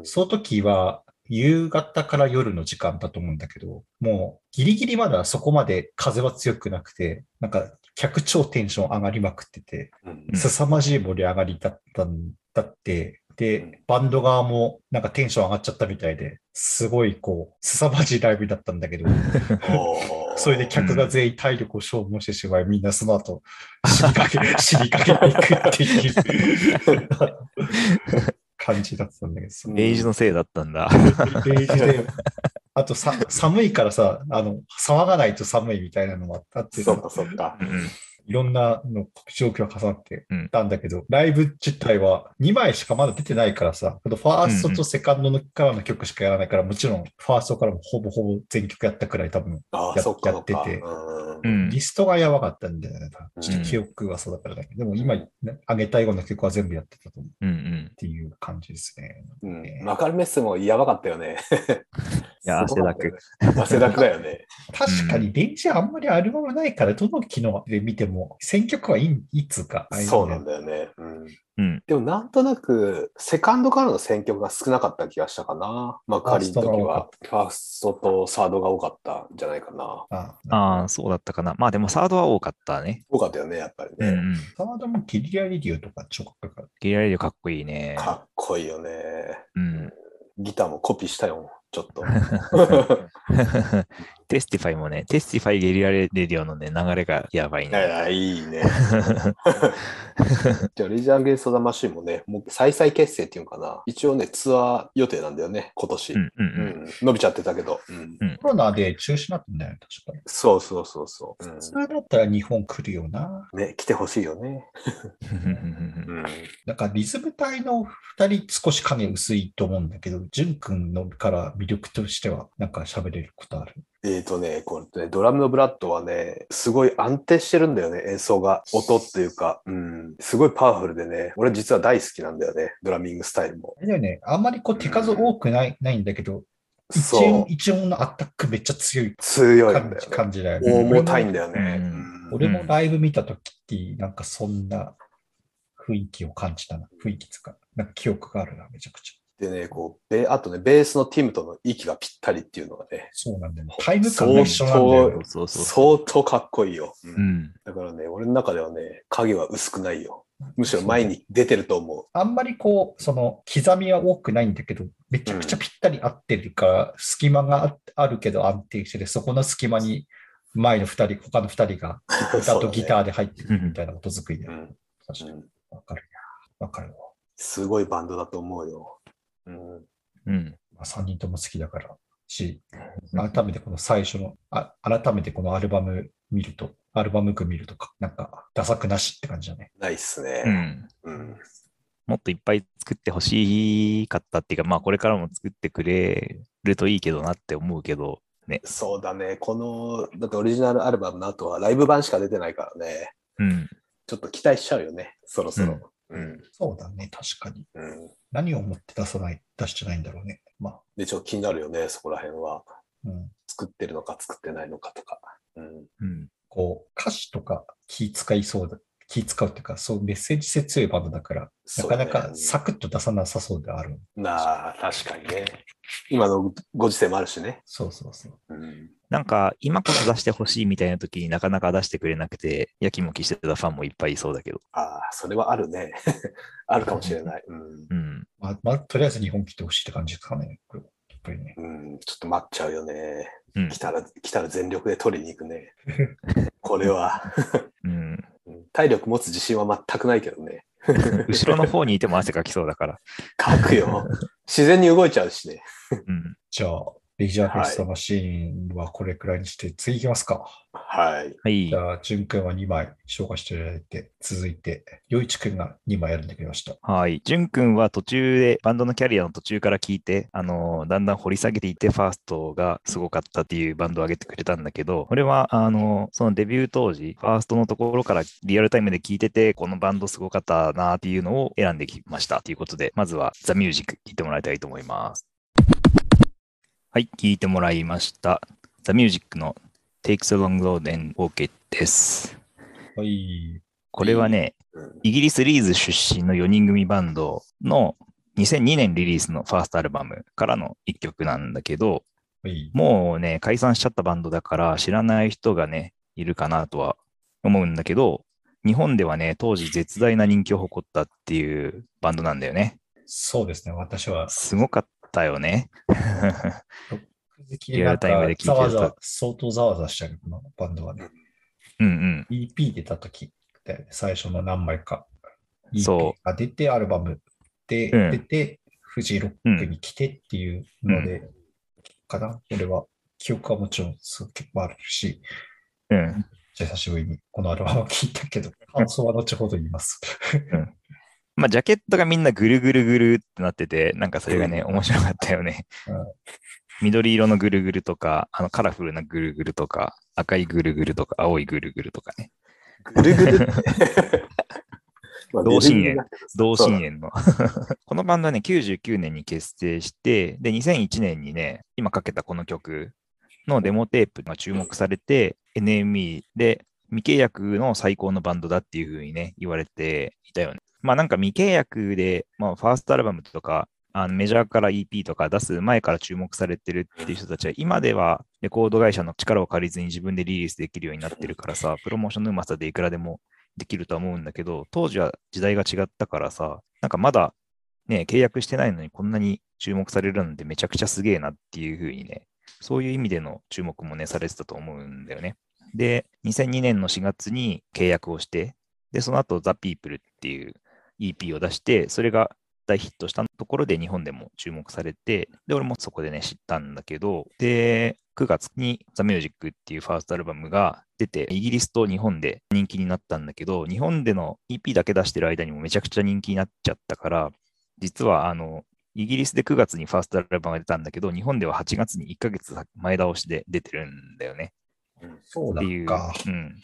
C: その時は、夕方から夜の時間だと思うんだけど、もうギリギリまだそこまで風は強くなくて、なんか客超テンション上がりまくってて、
A: うん
B: うん
C: 凄まじい盛り上がりだったんだって、
A: うん
C: で、バンド側もなんかテンション上がっちゃったみたいで、すごいこう、凄まじいライブだったんだけど、
A: おー
C: それで客が全員体力を消耗してしまい、みんなその後、死にか け、死にかけていくっていう感じだったんだけど、その
B: レイジのせいだったんだ。
C: レイジで、あとさ寒いからさ、あの、騒がないと寒いみたいなのもあってさ、
A: そっかそっか。
B: うん
C: いろんなの状況が重なって
B: うん
C: たんだけど、ライブ自体は2枚しかまだ出てないからさ、このファーストとセカンドのからの曲しかやらないから、もちろんファーストからもほぼほぼ全曲やったくらい多分、
A: ああ、
C: や
A: そっかそっか。
C: やってて
A: うん
B: う。ん。
C: リストがやばかったんだよね。ちょっと記
B: うん
C: 憶がそうだからだけど、でも今、ね、あげたいような曲は全部やってたと思うっ
B: うんうん。
C: ていう感じですね。
A: うんマカルメッセもやばかったよね。
B: いや
A: すごかったよね。汗だくだよね。
C: 確かに、レンジあんまりアルバムないから、どの機能で見ても、選曲 はいいいつうか。
A: そうなん
C: だ。
A: だよね。うん
B: うん。
A: でもなんとなく、セカンドからの選曲が少なかった気がしたかな。まあ、
C: ファー
A: 仮
C: ス
A: の
C: トが
A: 時
C: 多か
A: は、ファーストとサードが多かったんじゃないかな。
C: あ
B: ああ、そうだったかな。まあでもサードは多かったね。
A: 多かったよね、やっぱり
B: うんう
A: ね。
B: ん。
C: サードもギリアリディオとかちょこっとか
B: ゲリラレディオかっこいいね。
A: かっこいいよね。
B: うん。
A: ギターもコピーしたよ、ちょっと。
B: テスティファイもね、テスティファイゲリラレディオのね、流れがやばい
A: い
B: ね。
A: やいいね。 じゃあ、レジャーゲンスト・ザ・マシンもね、もう再々結成っていうのかな。一応ね、ツアー予定なんだよね、今年。
B: うんうんう。
A: うんん伸びちゃってたけど。うん
C: コロナで中止になったんだよね、確かに。
A: そうそうそうそう。うん
C: 普通だったら日本来るよな。
A: ね、来てほしいよね。うん
C: なんかリズム隊の2人少し影薄いと思うんだけど、ジュン君のから魅力としては、なんか喋れることある。
A: えーとね、これね、ドラムのブラッドはね、すごい安定してるんだよね、演奏が。音っていうか、うん、すごいパワフルでね、俺実は大好きなんだよね、ドラミングスタイルも
C: あ。れだよね、あんまりこう手数多くない,、ないんだけど、一
A: そ
C: 音
A: う、
C: 一音のアタックめっちゃ強い
A: 強いん
C: 感
A: だ
C: じ
A: よね。
C: 感じだよね。
A: 重たいんだよね。
B: うん
A: うん
C: 俺もライブ見たときって、なんかそんな雰囲気を感じたな。雰囲気つか、なんか記憶があるな、めちゃくちゃ。
A: でね、こう、ベあとね、ベースのティムとの息がぴったりっていうのがね、
C: そうなんだよね。タイム感が一緒なんだよね。
B: そうそうそう。
A: 相当かっこいいよ。うん
B: うん。
A: だからね、俺の中ではね、影は薄くないよ。むしろ前に出てると思う。
C: あんまりこう、その刻みは多くないんだけど、めちゃくちゃぴったり合ってるから、隙間がああるけど安定してて、そこの隙間に前の2人、他の2人が歌とギ
A: ー。
C: ターで入ってくるみたいなこと作りで
A: う。ん
C: 確か
A: う
C: に。
A: ん
C: わかるな。わかるわ。
A: すごいバンドだと思うよ。うん
B: うん。
C: まあ、3人とも好きだからし、改めてこの最初の、あ改めてこのアルバム見ると、アルバム組見るとか、なんか、ダサくなしって感じだね。
A: ないっす
B: う
A: ね。
B: ん。
A: うん。
B: もっといっぱい作ってほしかったっていうか、まあこれからも作ってくれるといいけどなって思うけど、
A: そうだね。この、だってオリジナルアルバムの後はライブ版しか出てないからね。
B: うん。
A: ちょっと期待しちゃうよね。そろそろ。うん。
C: そうだね、確かに。
A: うん。
C: 何をもって出さない、出してないんだろうね。まあ、
A: で、ちょっと気になるよね、そこら辺は。
C: うん。
A: 作ってるのか作ってないのかとか。うん。
B: うん。
C: こう、歌詞とか気使いそうだ。気使うっていうか、そう、メッセージ性強いバンドだから、な
A: そう
C: か
A: だ
C: な
A: ね
C: かサクッと出さなさそうではある。
A: なあ、確かにね。今のご時世もあるしね。
C: そうそうそう。
A: うん。
B: なんか今こそ出してほしいみたいな時になかなか出してくれなくて、やきもきしてたファンもいっぱいいそうだけど、
A: ああ、それはあるね。あるかもしれない。うん。
B: うん。
C: まあ、まあ、とりあえず日本来てほしいって感じですかね。これやっぱりね。
A: うん、ちょっと待っちゃうよね。
B: うん
A: 来たら、来たら全力で取りに行くね。 これは。
B: うん。
A: うん体力持つ自信は全くないけどね。
B: 後ろの方にいても汗かきそうだから。
A: 書くよ。自然に動いちゃうしね。
B: うん。
C: じゃあ、レジャーフェスタマシーンはこれくらいにして、次行きますか。
A: はい。
B: はい
C: じ。ゃあ、淳君は2枚紹介していただいて、続いて、余一君が2枚選んでくれました。
B: はい。ジュン君は途中で、バンドのキャリアの途中から聞いて、あのーだんだん掘り下げていって、ファーストがすごかったっていうバンドを挙げてくれたんだけど、俺は、あのーそのデビュー当時、ファーストのところからリアルタイムで聞いてて、このバンドすごかったなっていうのを選んできましたということで、まずは、ザ・ミュージック聞いてもらいたいと思います。はい。聞いてもらいました。ザ・ミュージックの Takes a Long Road and Walk It です。
C: はい。
B: これはね、
A: うん
B: イギリス・リーズ出身の4人組バンドの2002年リリースのファーストアルバムからの1曲なんだけど、
C: はい。
B: もうね、解散しちゃったバンドだから知らない人がね、いるかなとは思うんだけど、日本ではね、当時絶大な人気を誇ったっていうバンドなんだよね。
C: そうですね。私は、
B: すごかったよね。
C: 好き
B: リアルタイムで聞いてた
C: ざわざわ、相当ざわざわしたけど、このバンドはね。
B: うんうん。
C: EP 出た時って、最初の何枚か。EP
B: そ
C: が出て、アルバムで、
B: うん
C: 出て、フジロックに来てっていうので、かな。俺は、記憶はもちろんすごい結構あるし、
B: うん。
C: じゃあ久しぶりにこのアルバムを聞いたけど、感想は後ほど言います。
B: まあ、ジャケットがみんなぐるぐるぐるってなってて、なんかそれがね、面白かったよね
C: うん。
B: 緑色のぐるぐるとか、あのカラフルなぐるぐるとか、赤いぐるぐるとか、青いぐるぐるとかね。
A: ぐるぐるって。 まあ
B: 同心円。
A: ぐるぐるだけどさ
B: 同心円の。 このバンドはね、99年に結成して、で、2001年にね、今かけたこの曲のデモテープが注目されて、NME で未契約の最高のバンドだっていうふうにね、言われていたよね。まあなんか未契約で、まあファーストアルバムとか、あのメジャーから EP とか出す前から注目されてるっていう人たちは、今ではレコード会社の力を借りずに自分でリリースできるようになってるからさ、プロモーションのうまさでいくらでもできるとは思うんだけど、当時は時代が違ったからさ、なんかまだね、契約してないのにこんなに注目されるなんてめちゃくちゃすげえなっていう風にね、そういう意味での注目もね、されてたと思うんだよね。で、2002年の4月に契約をして、で、その後、ザ・ピープルっていう EP を出して、それが大ヒットしたところで日本でも注目されて、で、俺もそこでね、知ったんだけど、で、9月に The Music っていうファーストアルバムが出て、イギリスと日本で人気になったんだけど、日本での EP だけ出してる間にもめちゃくちゃ人気になっちゃったから、実はあの、イギリスで9月にファーストアルバムが出たんだけど、日本では8月に1ヶ月前倒しで出てるんだよね。
C: そう
B: っ
C: だ
B: ていう。
C: か。
B: うん。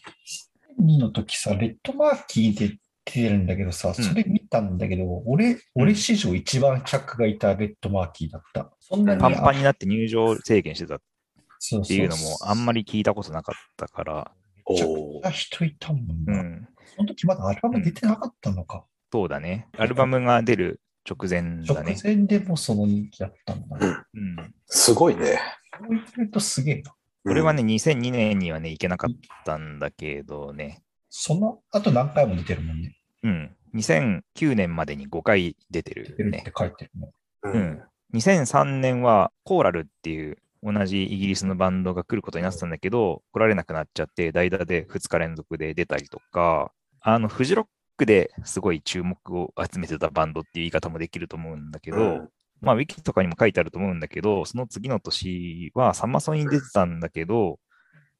C: 2の時さ、レッドマーキーで出てるんだけどさ、それ見たんだけど、俺、俺史上一番客がいたレッドマーキーだった。そんなに
B: パンパンになって入場制限してたっ
C: って
B: いうのもあんま
C: り。
B: り聞いたことなかったから、
A: お
C: めちゃ
A: ー
C: くちゃ人いたもん
B: う
C: な。
B: ん、
C: その時まだアルバム出てなかったのか。
B: そうだね。アルバムが出る直前だ
C: 直
B: ね。
C: 前でもその人気だったんだな。
B: うん、
A: すごいね。
C: そう言ってるとすげえな。
B: 俺はね、2002年にはね、行けなかったんだけどね。
C: その後何回も出てるもんね。
B: うん。2009年までに5回出て
C: 出て
B: る
C: るっ
B: ね
C: て。書いてるね。
A: うん、
B: う
A: うん
B: ん。2003年はコーラルっていう同じイギリスのバンドが来ることになってたんだけど、来られなくなっちゃって、代打で2日連続で出たりとか、あの、フジロックですごい注目を集めてたバンドっていう言い方もできると思うんだけど、 まあ、ウィキとかにも書いてあると思うんだけど、その次の年はサマソニに出てたんだけど、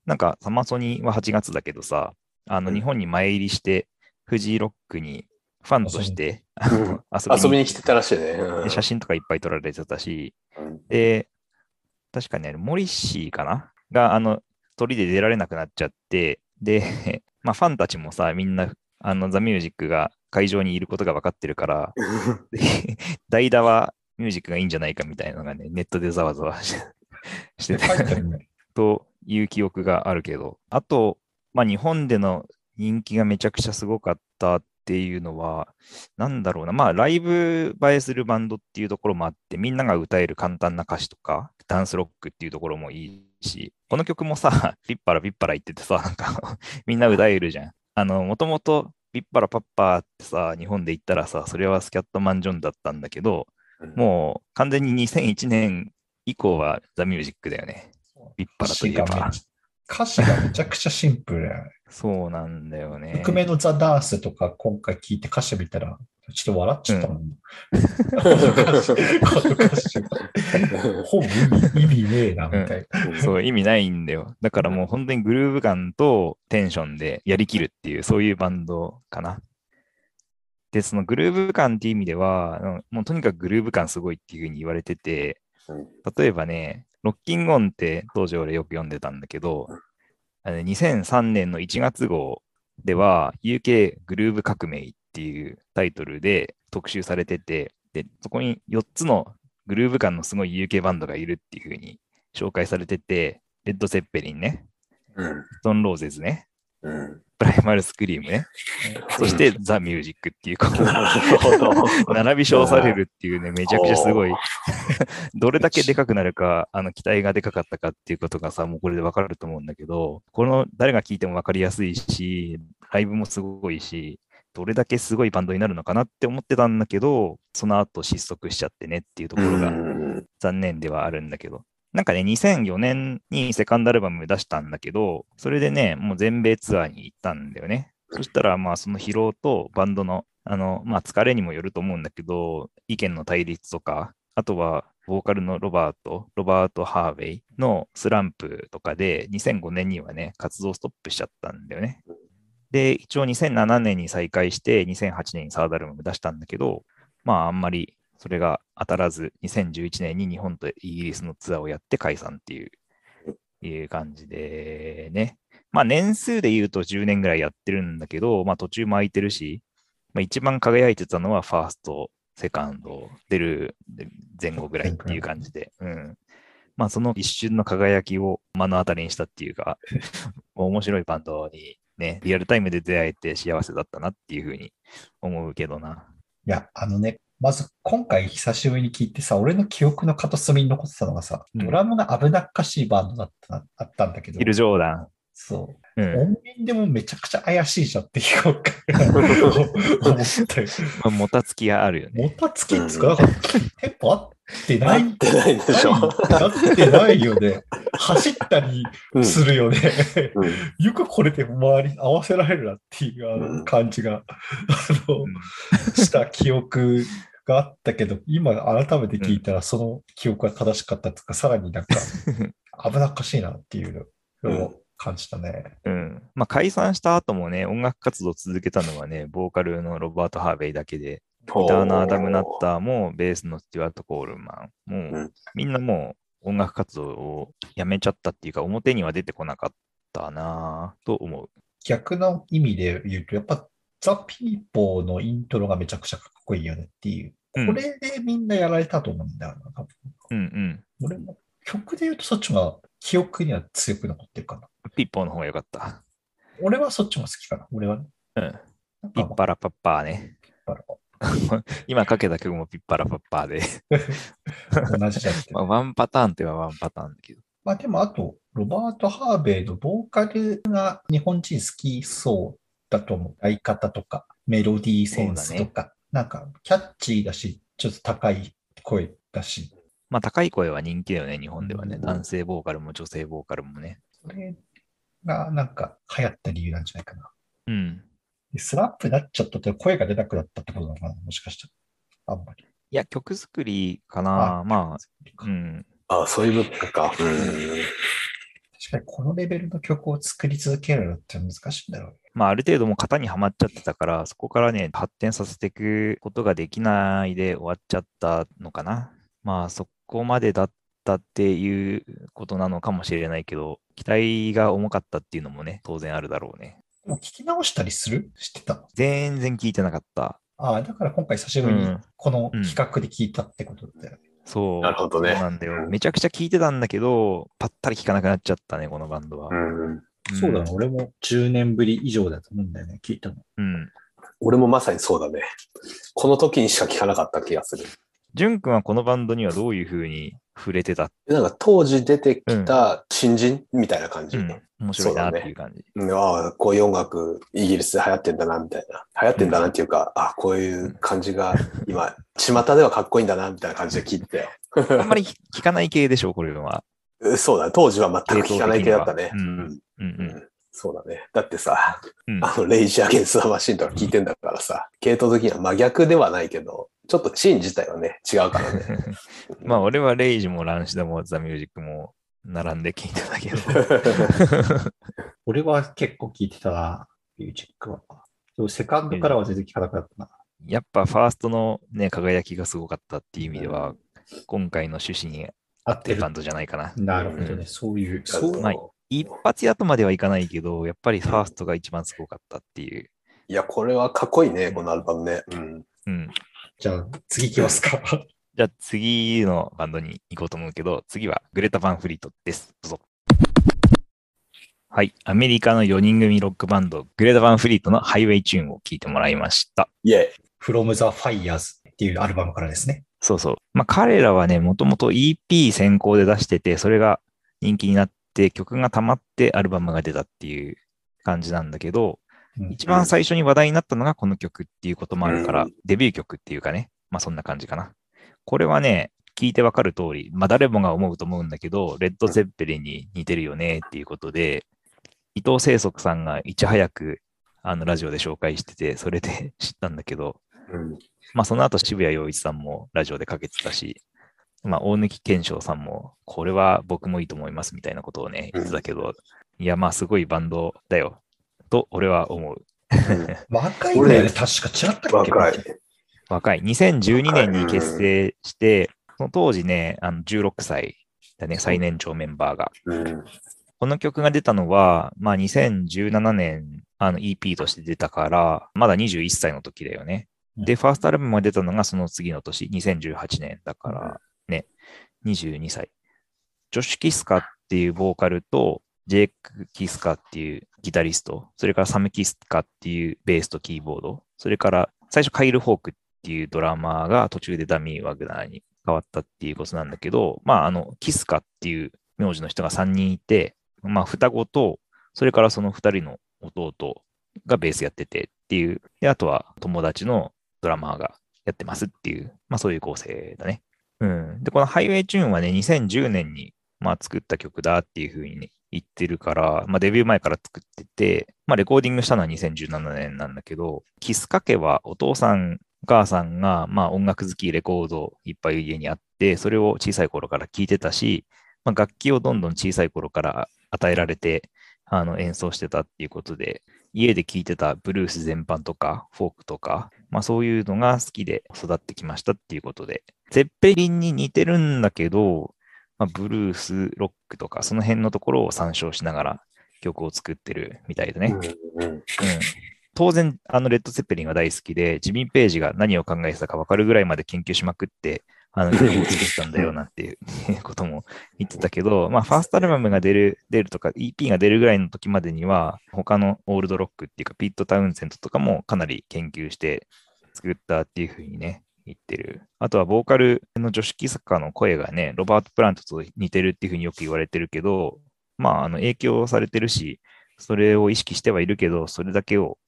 B: なんかサマソニは8月だけどさ、あの
A: うん
B: 日本に前入りして、フジロックにファンとして
A: うん遊びに来てたらしいね。う
B: で
A: ん
B: 写真とかいっぱい撮られてたし、
A: うん
B: で、確かにね、モリッシーかなが、あの、鳥で出られなくなっちゃって、で、 まあ、ファンたちもさ、みんな、あの、ザ・ミュージックが会場にいることが分かってるから、で 代打はミュージックがいいんじゃないかみたいなのがね、ネットでざわざわしして
C: 書いて
B: た
C: るね。
B: という記憶があるけど、あと、まあ、日本での人気がめちゃくちゃすごかったっていうのは、なんだろうな、まあ、ライブ映えするバンドっていうところもあって、みんなが歌える簡単な歌詞とか、ダンスロックっていうところもいいし、こ の曲もさ、ピッパラピッパラ言っててさ、なんかみんな歌えるじゃん。あの、もともとピッパラパッパーってさ、日本で言ったらさ、それはスキャットマンジョンだったんだけど、
A: うん
B: もう完全に2001年以降はザ・ミュージックだよね。ピッパラといえ
C: 歌詞が
B: ば
C: め。ち歌詞がめちゃくちゃシンプル やね。
B: そうなんだよね。
C: 曲名のザ・ダンスとか今回聞いて歌詞見たら、ちょっと笑っちゃったもん。この歌詞がほぼ意味意味ねえな、みたいな。
B: そう、意味ないんだよ。だからもう本当にグルーヴ感とテンションでやりきるっていう、そういうバンドかな。で、そのグルーヴ感っていう意味では、あのもうとにかくグルーヴ感すごいっていうふうに言われてて
A: うん、
B: 例えばね、ロッキングオンって当時俺よく読んでたんだけど、あの2003年の1月号では、UK グルーヴ革命っていうタイトルで特集されてて、で、そこに4つのグルーヴ感のすごい UK バンドがいるっていうふうに紹介されてて、レッド・セッペリンね、
A: うん
B: ストーン・ローゼズね、
A: うん
B: プライマル・スクリームね、そしてザ・ミュージックっていう、こう
A: なるほど。
B: 並び称されるっていうね、めちゃくちゃすごい
A: おー、
B: どれだけでかくなるか、あの期待がでかかったかっていうことがさ、もうこれでわかると思うんだけど、この誰が聞いてもわかりやすいし、ライブもすごいし、どれだけすごいバンドになるのかなって思ってたんだけど、その後失速しちゃってねっていうところが
A: うん
B: 残念ではあるんだけど。なんかね、2004年にセカンドアルバム出したんだけど、それでね、もう全米ツアーに行ったんだよね。そしたら、まあ、その疲労とバンドの、あの、まあ、疲れにもよると思うんだけど、意見の対立とか、あとは、ボーカルのロバート、ロバート・ハーウェイのスランプとかで、2005年にはね、活動ストップしちゃったんだよね。で、一応2007年に再開して、2008年にサードアルバム出したんだけど、まあ、あんまりそれが当たらず、2011年に日本とイギリスのツアーをやって解散っていう、いう感じでね。まあ、年数で言うと10年ぐらいやってるんだけど、まあ、途中も空いてるし、まあ、一番輝いてたのはファースト、セカンド、出る前後ぐらいっていう感じで、うん。まあ、その一瞬の輝きを目の当たりにしたっていうか、 面白いバンドにね、リアルタイムで出会えて幸せだったなっていうふうに思うけどな。
C: いや、あのね、まず今回久しぶりに聞いてさ、俺の記憶の片隅に残ってたのがさ、
B: うん
C: ドラムが危なっかしいバンドだったなあったんだけど
B: ヒ、ル・ジョーダン。
C: そうう、
B: ん
C: 音源でもめちゃくちゃ怪しいじゃんって今回思ったよ。
B: まあ、もたつきがあるよね。
C: もたつきっつうか、なんかテンポ合ってな
A: 合
C: い
A: っ。てないでしょ。
C: 合ってないよね。走ったり
A: うん
C: するよね。
A: うん
C: よくこれで周りに合わせられるなっていうあの感じが、あ
B: う
C: の
B: ん、
C: した記憶があっ たけど、今改めて聞いたらその記憶が正しかったとか、さらになんか危なっかしいなっていうのを感じたね。
B: うん。まあ、解散した後もね、音楽活動を続けたのはね、ボーカルのロバート・ハーベイだけで、ギターのアダム・ナッターも、ベースのスチュワート・コールマンも、
A: うん
B: みんなもう音楽活動をやめちゃったっていうか、表には出てこなかったなぁと思う。
C: 逆の意味で言うと、やっぱザ・ピーポーのイントロがめちゃくちゃかっこいいよねっていう。
B: うん
C: これでみんなやられたと思うんだよな、多分。
B: うんうん。
C: 俺も曲で言うとそっちが記憶には強く残ってるかな。
B: ピッポーの方が良かった。
C: 俺はそっちも好きかな。俺はね。
B: うん。
C: なん
B: ピ
C: か
B: ッパラパッパーね。
C: まあ
B: 今かけた曲もピッパラパッパーで、
C: 同じじゃなくて
B: まあ、ワンパターンといえばワンパターンだけど。
C: まあでもあと、ロバート・ハーベイのボーカルが日本人好きそうだと思う。相方とか、メロディーセンスとか、なんかキャッチーだし、ちょっと高い声だし、
B: まあ、高い声は人気だよね、日本ではね。
C: うん
B: 男性ボーカルも女性ボーカルもね。
C: それがなんか流行った理由なんじゃないかな。
B: うん。
C: でスラップになっちゃったって声が出なくなったってことなのかな、もしかしたら。あんまり。
B: いや、曲作りかな。まあ、うん。
A: あそういう文化か。うん
C: 確かにこのレベルの曲を作り続けるのって難しいんだろうね。
B: まあ、ある程度もう型にはまっちゃってたから、そこからね、発展させていくことができないで終わっちゃったのかな。まあ、そこまでだったっていうことなのかもしれないけど、期待が重かったっていうのもね、当然あるだろうね。
C: もう聞き直したりするしてた
B: 全然聞いてなかった。
C: ああ、だから今回久しぶり
B: う
C: に
B: ん
C: この企画で聞いたってことだよね。
B: そう。
A: なるほどね
B: そうなんだよ。めちゃくちゃ聞いてたんだけど、ぱったり聞かなくなっちゃったね、このバンドは。
A: うん
D: そうだ
B: ね
D: な、俺も10年ぶり以上だと思うんだよね、聞いたの。
B: うん。
A: 俺もまさにそうだね。この時にしか聞かなかった気がする。
B: ジュン君はこのバンドにはどういうふうに触れてた。
A: なんか当時出てきた新人みたいな感じ。
B: うん。面白いなっていう感じ。
A: うんああ、こういう音楽、イギリスで流行ってんだな、みたいな。流行ってんだなっていうか、ああこういう感じが今、巷ではかっこいいんだな、みたいな感じで聞いてたよ。
B: あんまり聞かない系でしょ、これは。
A: えそうだ、当時は全く聞かない系だったね。
B: うんうん
A: う
B: うんん。
A: そうだね。だってさ、
B: うん
A: あの、レイジアゲンスのマシンとか聞いてんだからさ、系統的には真逆ではないけど、ちょっとチーン自体はね、違うからね。
B: まあ、俺はレイジもランシダもザ・ミュージックも並んで聞いてたけど。
C: 俺は結構聞いてたな、ミュージックは。でもセカンドからは全然聞かなかったな。
B: やっぱファーストのね、輝きがすごかったっていう意味では、今回の趣旨に合ってるバンドじゃないかな。
C: なるほどね、
B: うん
C: そういう、
A: そ
C: そう
A: う
B: まあ一発やとまではいかないけど、やっぱりファーストが一番すごかったっていう。
A: いや、これはかっこいいね、このアルバムね。うん。
B: うん。
C: じゃあ次行きますか。
B: じゃあ次のバンドに行こうと思うけど、次はグレタ・バンフリートです。どうぞ。はい。アメリカの4人組ロックバンド、グレタ・バンフリートのハイウェイチューンを聴いてもらいました。
A: イェイ。
C: From the Fires っていうアルバムからですね。
B: そうそう。まあ彼らはね、もともと EP 先行で出してて、それが人気になって曲が溜まってアルバムが出たっていう感じなんだけど、
C: うん
B: 一番最初に話題になったのがこの曲っていうこともあるから、
A: うん
B: デビュー曲っていうかね、まあそんな感じかな。これはね、聞いてわかる通り、まあ誰もが思うと思うんだけど、レッド・ゼッペリンに似てるよねっていうことで、伊藤清則さんがいち早くあのラジオで紹介してて、それで知ったんだけど、
A: うん。
B: まあその後渋谷陽一さんもラジオでかけてたし、まあ大貫健章さんも、これは僕もいいと思いますみたいなことをね、言ってたけど、いやまあすごいバンドだよ、と俺は思う。
C: 若いんだよね、確か違ったっけ
A: 若い。
B: 若い。2012年
A: 若い
B: に結成して、その当時ね、あの16歳だね、最年長メンバーが。
A: うん。
B: この曲が出たのは、まあ2017年、あの EP として出たから、まだ21歳の時だよね。で、ファーストアルバムが出たのがその次の年、2018年だからね、22歳。ジョシュ・キスカっていうボーカルと、ジェイク・キスカっていうギタリスト、それからサム・キスカっていうベースとキーボード、それから最初カイル・ホークっていうドラマーが途中でダミー・ワグナーに変わったっていうことなんだけど、まあ、あの、キスカっていう名字の人が3人いて、まあ、双子と、それからその2人の弟がベースやっててっていう、で、あとは友達のドラマーがやってますっていう、まあそういう構成だね。うん。で、このハイウェイチューンはね、2010年に、まあ、作った曲だっていうふうにね、言ってるから、まあデビュー前から作ってて、まあレコーディングしたのは2017年なんだけど、キスカ家はお父さん、お母さんが、まあ音楽好きレコードいっぱい家にあって、それを小さい頃から聴いてたし、まあ楽器をどんどん小さい頃から与えられて、あの演奏してたっていうことで、家で聴いてたブルース全般とか、フォークとか、まあそういうのが好きで育ってきましたっていうことで、ゼッペリンに似てるんだけど、まあ、ブルース、ロックとか、その辺のところを参照しながら曲を作ってるみたいだね。
A: うん。
B: うん当然、あの、レッド・セッペリンは大好きで、ジミー・ページが何を考えてたか分かるぐらいまで研究しまくって、あの、曲を作ったんだよなんていう ことも言ってたけど、まあ、ファーストアルバムが出る、出るとか、EP が出るぐらいの時までには、他のオールドロックっていうか、ピット・タウンセントとかもかなり研究して作ったっていうふうにね、言ってる。あとは、ボーカルの女子キサカの声がね、ロバート・プラントと似てるっていうふうによく言われてるけど、まあ、あの、影響されてるし、それを意識してはいるけど、それだけを、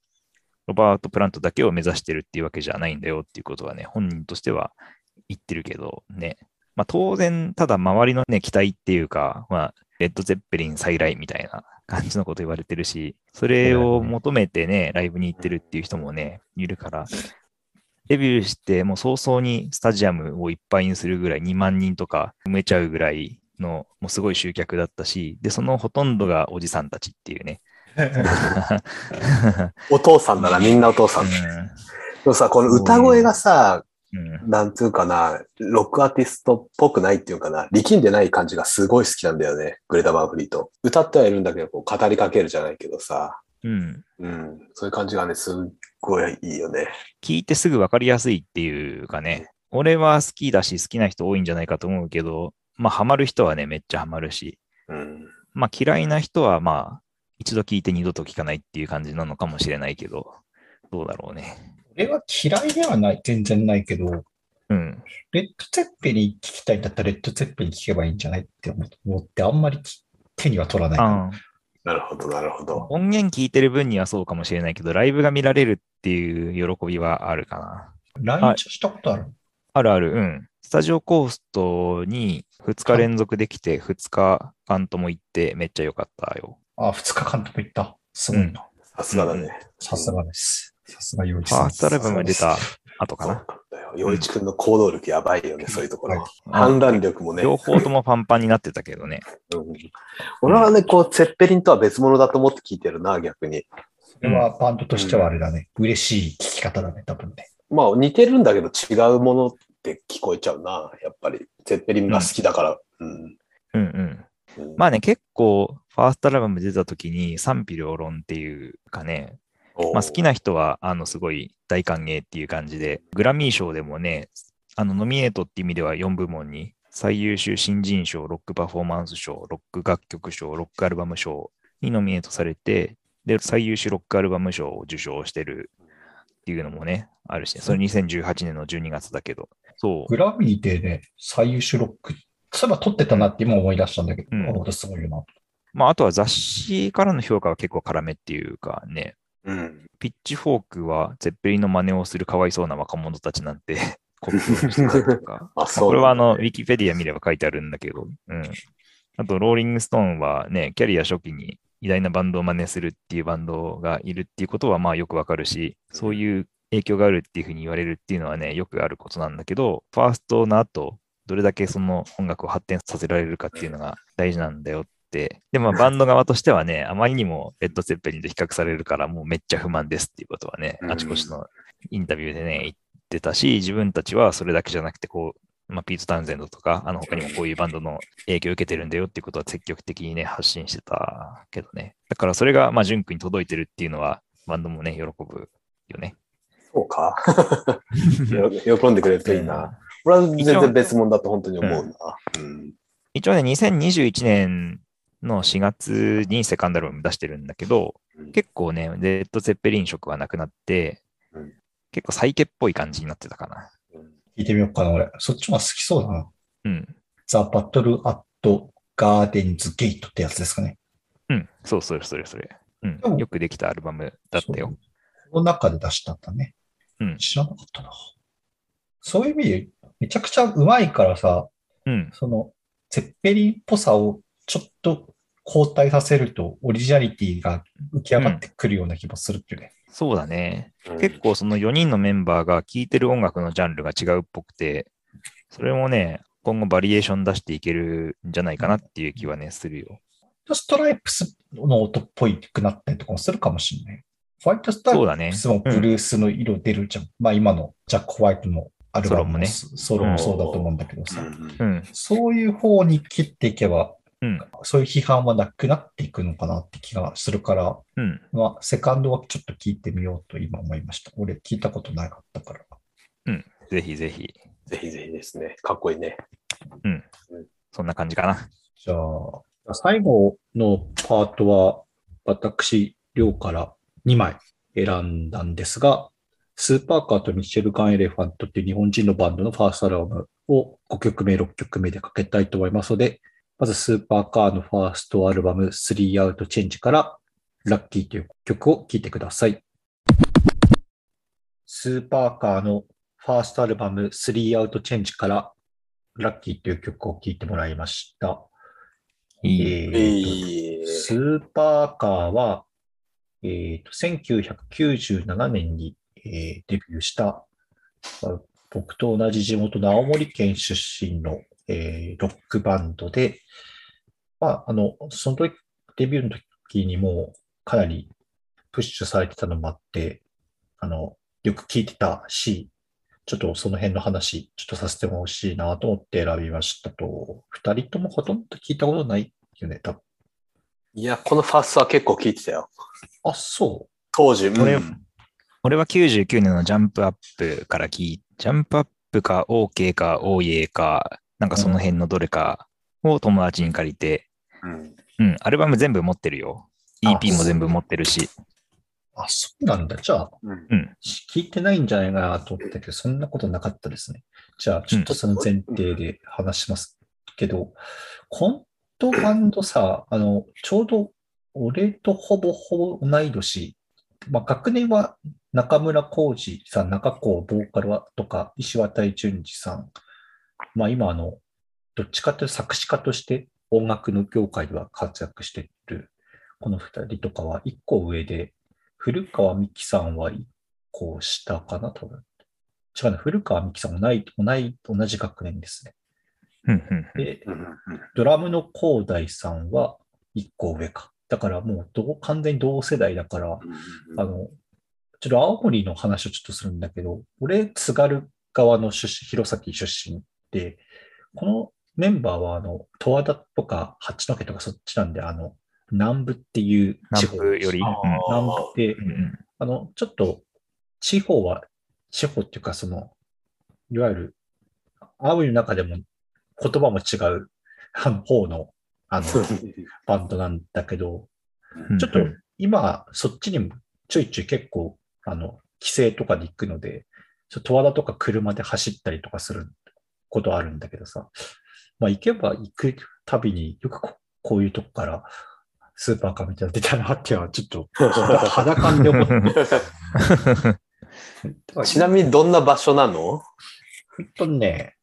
B: ロバート・プラントだけを目指してるっていうわけじゃないんだよっていうことはね、本人としては言ってるけどね。まあ当然、ただ周りのね、期待っていうか、まあ、レッド・ゼッペリン再来みたいな感じのこと言われてるし、それを求めてね、ライブに行ってるっていう人もね、いるから、デビューしてもう早々にスタジアムをいっぱいにするぐらい、2万人とか埋めちゃうぐらいの、もうすごい集客だったし、で、そのほとんどがおじさんたちっていうね、
A: お父さんだな、みんなお父さん。でもさ、この歌声がさ、
B: うんうん
A: なんつうかな、ロックアーティストっぽくないっていうかな、力んでない感じがすごい好きなんだよね、グレタ・バーフリーと。歌ってはいるんだけど、こう語りかけるじゃないけどさ、
B: うん
A: うん、そういう感じがね、すっごいいいよね。
B: 聞いてすぐ分かりやすいっていうかね、俺は好きだし、好きな人多いんじゃないかと思うけど、まあ、ハマる人はね、めっちゃハマるし、
A: うん。
B: まあ、嫌いな人は、まあ、一度聞いて二度と聞かないっていう感じなのかもしれないけど、どうだろうね。
C: 俺は嫌いではない、全然ないけど、
B: ううん。
C: レッド・ゼッペリン聞きたいんだったら、レッド・ゼッペリン聞けばいいんじゃないって思って、あんまりき手には取らないから。
B: あー
A: なるほど、なるほど。
B: 音源聞いてる分にはそうかもしれないけど、ライブが見られるっていう喜びはあるかな。
C: 来
B: はい
C: 日したことある、
B: あるある、うん。スタジオコーストに2日連続できて、2日間とも行って、めっちゃ良かったよ。
C: あ、2日間とも行った。すごいな。
A: さすがだね。
C: さすがです。さすが洋一
B: フ
C: さ
B: ァ
C: ん。
B: ーストライブも出た後
A: そ
B: か
A: う
B: な。
A: だよ。洋一くんの行動力やばいよね、そういうところ。
B: はい
A: 判断力もね。
B: 両方ともパンパンになってたけどね。
A: うん俺はね、こう、ツェッペリンとは別物だと思って聞いてるな、逆に。
C: それはバンドとしてはあれだね。嬉しい聞き方だね、多分ね。
A: まあ、似てるんだけど違うものって聞こえちゃうな、やっぱり。ツェッペリンが好きだから。うん。
B: うんうん。
A: うん
B: まあね、結構、ファーストアルバム出た時に賛否両論っていうかね、まあ、好き。な人は、あの、すごい大歓迎っていう感じで、グラミー賞でもね、あの、ノミネートって意味では4部門に、最優秀新人賞、ロックパフォーマンス賞、ロック楽曲賞、ロックアルバム賞にノミネートされて、で、最優秀ロックアルバム賞を受賞してるっていうのもね、あるし、それ2018年の12月だけど、そう、
C: グラミーでね、最優秀ロック、そういえば撮ってたなって今思い出したんだけど、
B: うん
C: あ私すごいよな。
B: まあ、あとは雑誌からの評価は結構辛めっていうかね、
A: うん。
B: ピッチフォークはゼッペリンの真似をするかわいそうな若者たちなんて国境にしてたりとか、
A: あ、
B: まあ
A: そう。
B: これはあの、ウィキペディア見れば書いてあるんだけど、うん。あと、ローリングストーンはね、キャリア初期に偉大なバンドを真似するっていうバンドがいるっていうことはまあよくわかるし、そういう影響があるっていうふうに言われるっていうのはね、よくあることなんだけど、ファーストの後、どれだけその音楽を発展させられるかっていうのが大事なんだよって。でもまあバンド側としてはね、あまりにもレッド・ゼッペリンと比較されるから、もうめっちゃ不満ですっていうことはね、
A: うん
B: あちこちのインタビューでね、言ってたし、自分たちはそれだけじゃなくて、こう、まあ、ピート・タウンゼンドとか、あの他にもこういうバンドの影響を受けてるんだよっていうことは積極的にね、発信してたけどね。だからそれが、まあ、ジュンクに届いてるっていうのは、バンドもね、喜ぶよね。
A: そうか。よ喜んでくれるといいな。俺は全然別物だと本当に思うな。うん。
B: 一応ね、2021年の4月にセカンドアルバム出してるんだけど
A: うん、
B: 結構ね、レッド・ゼッペリン色はなくなって
A: うん、
B: 結構サイケっぽい感じになってたかな。
C: 聞いてみようかな、俺。そっちも好きそうだな。
B: うん。
C: ザ・バトル・アット・ガーデンズ・ゲートってやつですかね。
B: うん。そうそう、それそれ。うん
C: で。も
B: よくできたアルバムだったよ。
C: この中で出したんだね。
B: うん
C: 知らなかったな。そういう意味で、めちゃくちゃうまいからさ、
B: うん。
C: その、ゼッペリンっぽさをちょっと後退させると、オリジナリティが浮き上がってくるような気もするっていうね。
B: そうだね。
A: うん
B: 結構その4人のメンバーが聴いてる音楽のジャンルが違うっぽくて、それもね、今後バリエーション出していけるんじゃないかなっていう気はね、するよ。
C: ストライプスの音っぽいくなったりとかもするかもしれない。ホワイトスト
B: そう
C: ラ
B: だ
C: イ
B: ね
C: プスもブルースの色出るじゃん。まあ今のジャック・ホワイトのアルバムもソロ
B: ロも
C: も
B: ね
C: そうだと思うんだけど
A: う
C: さ、
A: ん
B: うん。
C: そういう方に切っていけば、
B: うん
C: そういう批判はなくなっていくのかなって気がするから、
B: うん。
C: まあ、セカンドはちょっと聞いてみようと今思いました。俺聞いたことなかったから。
B: ぜひぜひ。
A: ぜひぜひですね。かっこいいね。
B: そんな感じかな。
C: じゃあ、最後のパートは、私、量から2枚選んだんですが、スーパーカーとミッシェル・ガン・エレファントっていう日本人のバンドのファーストアルバムを5曲目、6曲目でかけたいと思いますので、まずスーパーカーのファーストアルバム、3アウト・チェンジから、ラッキーという曲を聴いてください。スーパーカーのファーストアルバム、3アウト・チェンジから、ラッキーという曲を聴いてもらいました。
B: いい。
C: えー
A: いい
C: とスーパーカーは、えーと1997年に、えーデビューした、まあ僕と同じ地元の青森県出身の、えーロックバンドで、まあ、あのその時デビューの時にもうかなりプッシュされてたのもあって、あのよく聞いてたし、ちょっとその辺の話、ちょっとさせてもほしいなと思って選びましたと、二人ともほとんど聞いたことないよね、多分
A: いや、このファーストは結構聞いてたよ。
C: あ、そ
A: 当時、うん
B: 俺俺は99年のジャンプアップから聞い、ジャンプアップか OK か OA か、なんかその辺のどれかを友達に借りて、
A: うん
B: うん、アルバム全部持ってるよ。
C: あ
B: EP も全部持ってるし。
C: あ、そうなんだ。じゃあ、
A: うん
C: 聞いてないんじゃないかなと思ったけど、そんなことなかったですね。じゃあ、ちょっとその前提で話しますけど、コントバンドさ、あの、ちょうど俺とほぼほぼ同い年、まあ、学年は中村浩二さん、中高ボーカルはとか、石渡淳二さん、まあ、今、あの、どっちかというと作詞家として音楽の業界では活躍している、この二人とかは一個上で、古川美樹さんは一個下かな、多分。違うな、古川美樹さんもない、同い、同じ学年ですね。
B: うんうん
C: で、
A: うんうん
C: ドラムの広大さんは1個上か。だからもう同完全に同世代だから、
A: うん
C: あの、ちょっと青森の話をちょっとするんだけど、俺、津軽側の出身、弘前出身で、このメンバーは、あの、十和田とか八戸とかそっちなんで、あの、南部っていう地
B: 南
C: 方
B: 部より。う
C: 南部って、
B: んうん
C: あの、ちょっと、地方は、地方っていうか、その、いわゆる、青森の中でも言葉も違う、あの、方の、あの、バンドなんだけど、
B: うん
C: ちょっと今、そっちにもちょいちょい結構、あの、帰省とかで行くので、ちょっと十和田とか車で走ったりとかすることあるんだけどさ、まあ行けば行くたびによくここういうとこからスーパーかみたいなの出たなっていうのはちょっと肌肌感で 思って。
A: ちなみにどんな場所なの
C: にとね、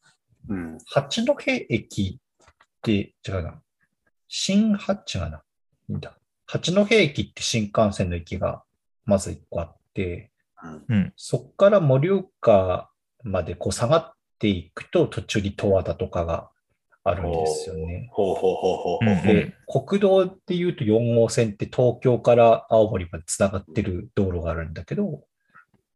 A: うん。
C: 八戸駅って、違うな。新八、違うな。いいんだ。八戸駅って新幹線の駅がまず一個あって、
B: うん
C: そこから盛岡までこう下がっていくと途中に十和田とかがあるんですよね。
A: ほうほうほうほう
B: う
A: ほう。
B: ん
C: で、国道っていうと4号線って東京から青森までつながってる道路があるんだけど、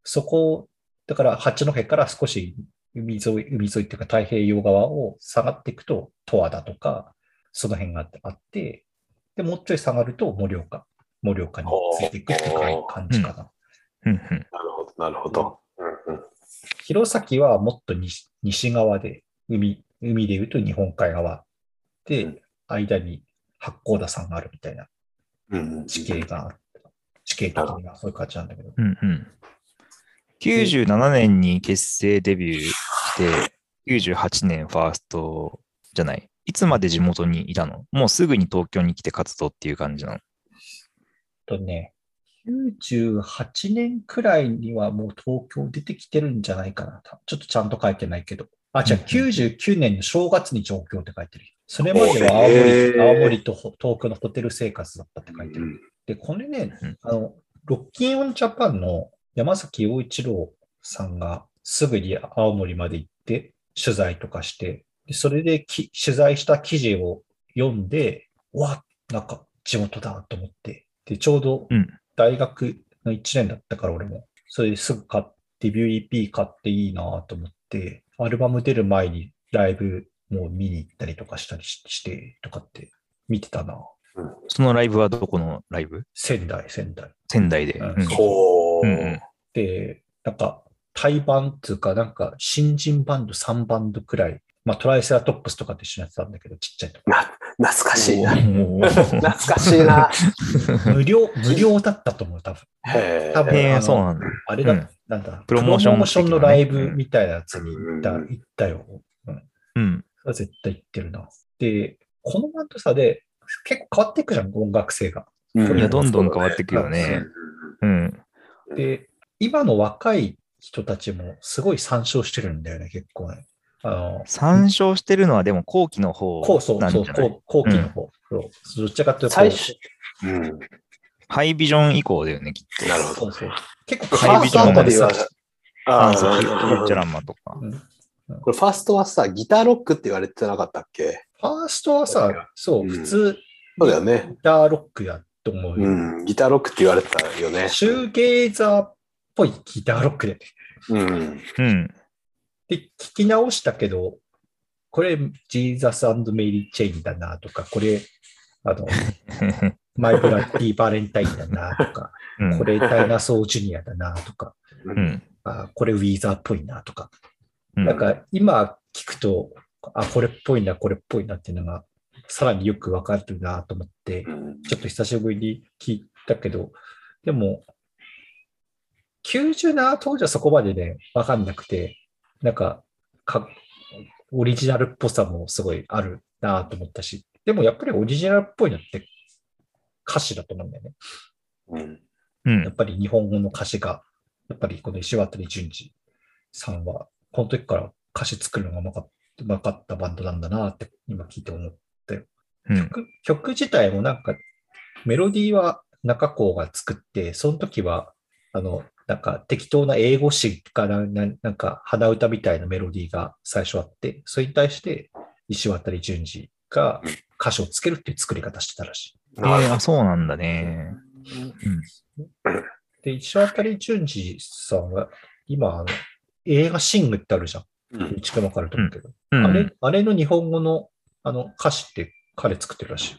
C: そこ、だから八戸から少し海沿い、海沿いっていうか太平洋側を下がっていくと十和田とか、その辺があって、で、もうちょい下がると盛岡、盛岡についていくっていう感じかな。
B: うんうん
A: なるほど、なるほど。うんうん
C: 弘前はもっと西西側で、海、海で言うと日本海側で、
A: うん
C: 間に八甲田山があるみたいな
A: うんうん
C: 地形がある。地形的にはそういう感じなんだけど。
B: うんうん97年に結成デビューして、98年ファーストじゃない。いつまで地元にいたのもうすぐに東京に来て活動っていう感じなの。
C: とね、98年くらいにはもう東京出てきてるんじゃないかな。たちょっとちゃんと書いてないけど。あ、違う、99年の正月に上京って書いてるよ。それまでは青
A: へ
C: 森
A: ー
C: 青森とほ東京のホテル生活だったって書いてる。で、これね
B: うん、
C: あの、ロッキンオンジャパンの山崎陽一郎さんがすぐに青森まで行って取材とかして、でそれでき取材した記事を読んで、うわ、なんか地元だと思って、で、ちょうど
B: うん
C: 大学の1年だったから俺も、それですぐ買って、デビュー EP 買っていいなと思って、アルバム出る前にライブもう見に行ったりとかしたりしして、とかって見てたな。
B: そのライブはどこのライブ
C: 仙台、仙台。
B: 仙台で。
C: うん
B: うん
A: ほう。
B: うんうん
C: で、なんか、対バンっていうか、なんか、新人バンド3バンドくらい、まあ、トライセラトップスとかと一緒にやってたんだけど、ちっちゃいとこ。
A: 懐かしいな。
C: も
A: 懐かしい な。
C: う無料、無料だったと思う、多分。
A: へ
C: 多分
B: へ
C: あ
B: え
C: の
B: そうなんだ。
C: あれだ、
B: うん
C: なんだ、
B: プロモーション
C: プの
B: 的なね
C: ライブみたいなやつに行った、
A: うん
C: 行ったよ。うん。
B: うん。
C: それは絶対行ってるな。で、このバンドさで、結構変わっていくじゃん、音楽性が。
A: うん
B: いや、どんどん変わってくよね。うん。
C: で、今の若い人たちもすごい参照してるんだよね、結構ね。あの、
B: 参照してるのはでも後期の方
C: こうそう
B: な
C: そ
B: ん
C: う
B: じゃない
C: 後後期の方、そうどっちかというとこ
A: 最
C: う、
A: 初うん
B: ハイビジョン以降だよね、きっと。
A: なるほ
C: そ
A: ど。
C: うそう結構
A: フ
B: フ
A: ァー
B: ァー
A: ス
B: ス
A: ト
B: ト
A: あ
B: あ
A: た
B: た
A: り
B: り
A: は
B: は、
A: あ
B: あ
A: あ、
B: あ、そう、
A: そう
B: ヒッチャ
A: こ
B: ランマとか。
A: れファーストはさ、ギターロックって言われてなかったっけ
C: ファーストは
A: そう
C: さ
A: か、
C: そう、
A: うん
C: 普通、
A: そうだよね。
C: ギターロックやと思うよ。
A: うん、ギターロックって言われてたよね。
C: シューゲイザーっぽいギターロックで。
A: うん。
B: うん。
C: で、聞き直したけど、これ、ジーザスメリー・チェインだなとか、これ、あの、マイ・ブラッディ・バレンタインだなとか、
B: うん
C: これ、ダイナソー・ジュニアだなとか、
A: う
B: う。ん。
C: あこれ、ウィーザーっぽいなとか、
B: うん
C: なんか今聞くと、あ、これっぽいな、これっぽいなっていうのが、さらによくわかるなと思って
A: う、ん
C: ちょっと久しぶりに聞いたけど、でも、 97当時はそこまでね、わかんなくて、なんかか、オリジナルっぽさもすごいあるなと思ったし、でもやっぱりオリジナルっぽいのって歌詞だと思うんだよね。
A: うん。
B: う
C: やっ
B: ん。
C: ぱり日本語の歌詞が、やっぱりこの石渡淳二さんは、この時から歌詞作るのがうまかったうまかったバンドなんだなって今聞いて思う。
B: うん。
C: 曲曲自体もなんか、メロディーは中高が作って、その時は、あの、なんか適当な英語詞かな、ななんか鼻歌みたいなメロディーが最初あって、それに対して石渡淳二が歌詞をつけるっていう作り方してたらしい。
B: えーあ、そうなんだね。
C: で、石渡淳二さんは、今、あの映画シングってあるじゃん。
A: うん
C: 一君わかると思うけど、
B: う
C: あ
B: ん
C: れ。あれの日本語のあの歌詞って彼作ってるらしい。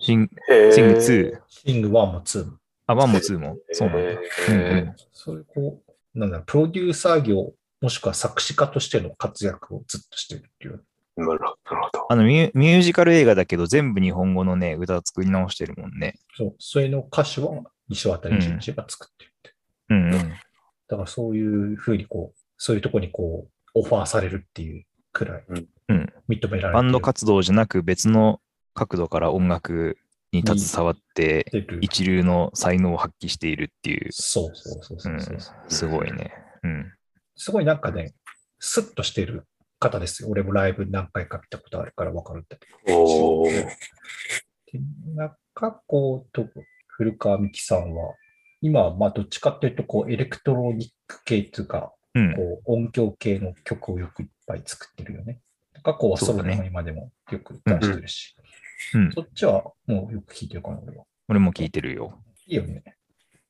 B: シン
A: へー
B: シング2。
C: シング1も2も。
B: あ、1も2も。そうなんだ。うんう
A: へ
B: ん
C: そういう、こう、なんだろう、プロデューサー業、もしくは作詞家としての活躍をずっとしてるっていう。
A: ーなるほどなるほど。
B: あのミュ、ミュージカル映画だけど、全部日本語のね、歌を作り直してるもんね。
C: そう、それの歌詞は石渡淳二が作ってるって。
B: うんうん。
C: だからそういうふうに、こう、そういうとこにこう、オファーされるっていうくらい
A: うん
B: うん、
C: 認められてる。
B: バンド活動じゃなく、別の角度から音楽に携わって、
C: てる。
B: 一流の才能を発揮しているっていう。
C: そうそうそうそうそうそう。
B: すごいね。うん。
C: すごいなんかね、スッとしてる方ですよ。俺もライブ何回か見たことあるから分かるんだけ
A: おー
C: ど。で中子と古川美樹さんは、今はまあどっちかっていうと、こう、エレクトロニック系というか、
B: うん。
C: こう、音響系の曲をよくいっぱい作ってるよね。中子はソロで
B: そうだ
C: も今でもよく出してるし、
B: うん。
C: そっちはもうよく聴いてるかな、俺は。
B: 俺も聞いてるよ。
C: いいよね。っ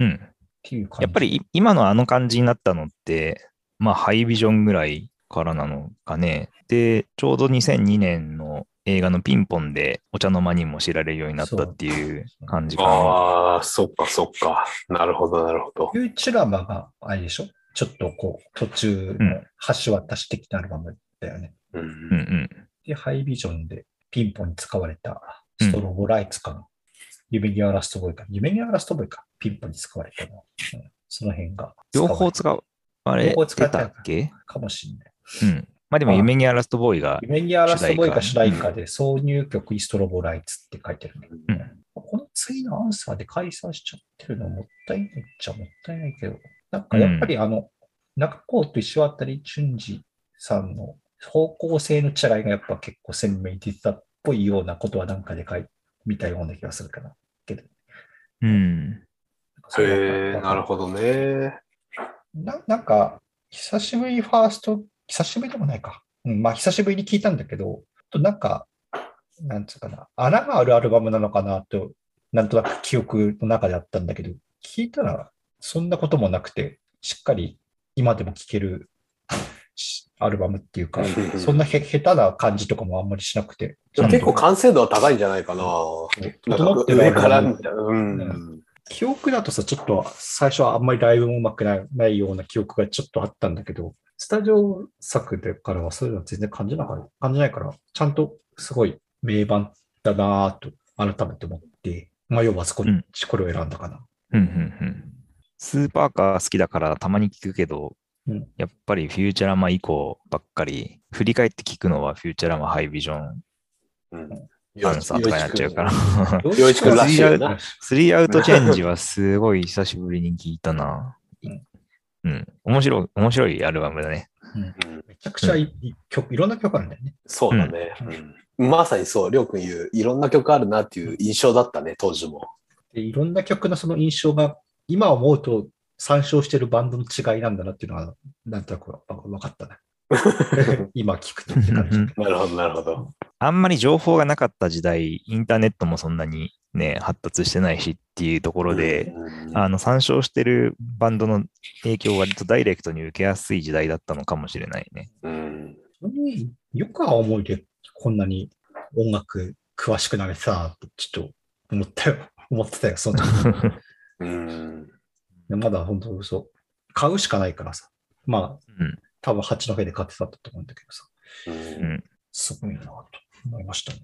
B: うん。
C: ていう感じ。
B: やっぱりい今のあの感じになったのって、まあ、ハイビジョンぐらいからなのかね。で、ちょうど2002年の映画のピンポンでお茶の間にも知られるようになったっていう感じかな。
A: ああ、そっかそっか。なるほど、なるほど。
C: ユーチュラマがあれでしょちょっとこう、途中
B: う
C: の
B: ん
C: 橋渡し的なアルバムだよね。
A: う。
B: うんん
C: で、ハイビジョンでピンポンに使われたストロボライツかな。夢にアラストボーイか。夢にアラストボーイか。ピンポンに使われたの。うんその辺が。
B: 両方使われ
C: 両方
B: て
C: 使った
B: たっけ
C: かもしれない。
B: うん。まあでも、夢にアラストボーイが、
C: 夢にアラストボーイか主
B: 主
C: 題
A: 題
C: 歌
A: 歌
C: で挿入曲にストロボライツって書いてるんだけど、
B: うん
C: この次のアンサーで解散しちゃってるのはもったいないっちゃもったいないけど、なんかやっぱりあの、中高と石渡淳二さんの方向性の違いがやっぱ結構鮮明に出てたっぽいようなことはなんかでかい見たような気がするかな。
B: うん。
A: へえ、なる
C: ど
A: ほどね。
C: ななんか、久しぶりにファースト、久しぶりでもないか。うん、まあ、久しぶりに聞いたんだけど、となんか、なんつうかな、穴があるアルバムなのかなと、なんとなく記憶の中であったんだけど、聞いたら、そんなこともなくて、しっかり今でも聴けるしアルバムっていうか、そんなへ下手な感じとかもあんまりしなくて、
A: じゃあ結構
C: ちゃ
A: 完成度は高いんじゃないかな。
C: んと
A: なん
C: 整
A: か
C: ってるア
A: 上
C: ルバム
A: からみたいな。うん。
C: 記憶だとさ、ちょっと最初はあんまりライブもうまくないないような記憶がちょっとあったんだけど、スタジオ作でからはそういうのは全然感じなかった感じないから、ちゃんとすごい名盤だなぁと改めて思って、まあ要はそこに、
B: うん
C: これを選んだかな。
B: うんうんうん。スーパーカー好きだからたまに聞くけど、
C: うん
B: やっぱりフューチャラマ以降ばっかり、振り返って聞くのはフューチャラマハイビジョン
A: うん。
B: アンサーとかになっちゃうから。
A: 洋一君らしいよな。
B: スリーアウトチェンジはすごい久しぶりに聞いたな
C: うん。
B: うん。面白い、面白いアルバムだね。
A: うん
C: めちゃくちゃいい曲、いろんな曲あるんだよね。
A: そうだね。うんまさにそう、りょうくん言う、いろんな曲あるなっていう印象だったね、当時も。
C: でいろんな曲のその印象が、今思うと参照してるバンドの違いなんだなっていうのは、なんとなくわ分かっ たね。今聞くとって感じ。
A: なるほど、なるほど。
B: あんまり情報がなかった時代、インターネットもそんなにね、発達してないしっていうところで、
A: うん
B: あの、参照してるバンドの影響を割とダイレクトに受けやすい時代だったのかもしれないね。
A: うん
C: 本当によく青森でこんなに音楽詳しくなれてたなってちょっと思ったよ。 思ってたよ、その時。
A: うん。
C: まだ本当そう。買うしかないからさ。まあ、
B: うん。
C: 多分八戸で買ってたんだと思うんだけどさ。
A: う
B: うんん。
C: すごいなと思いましたね。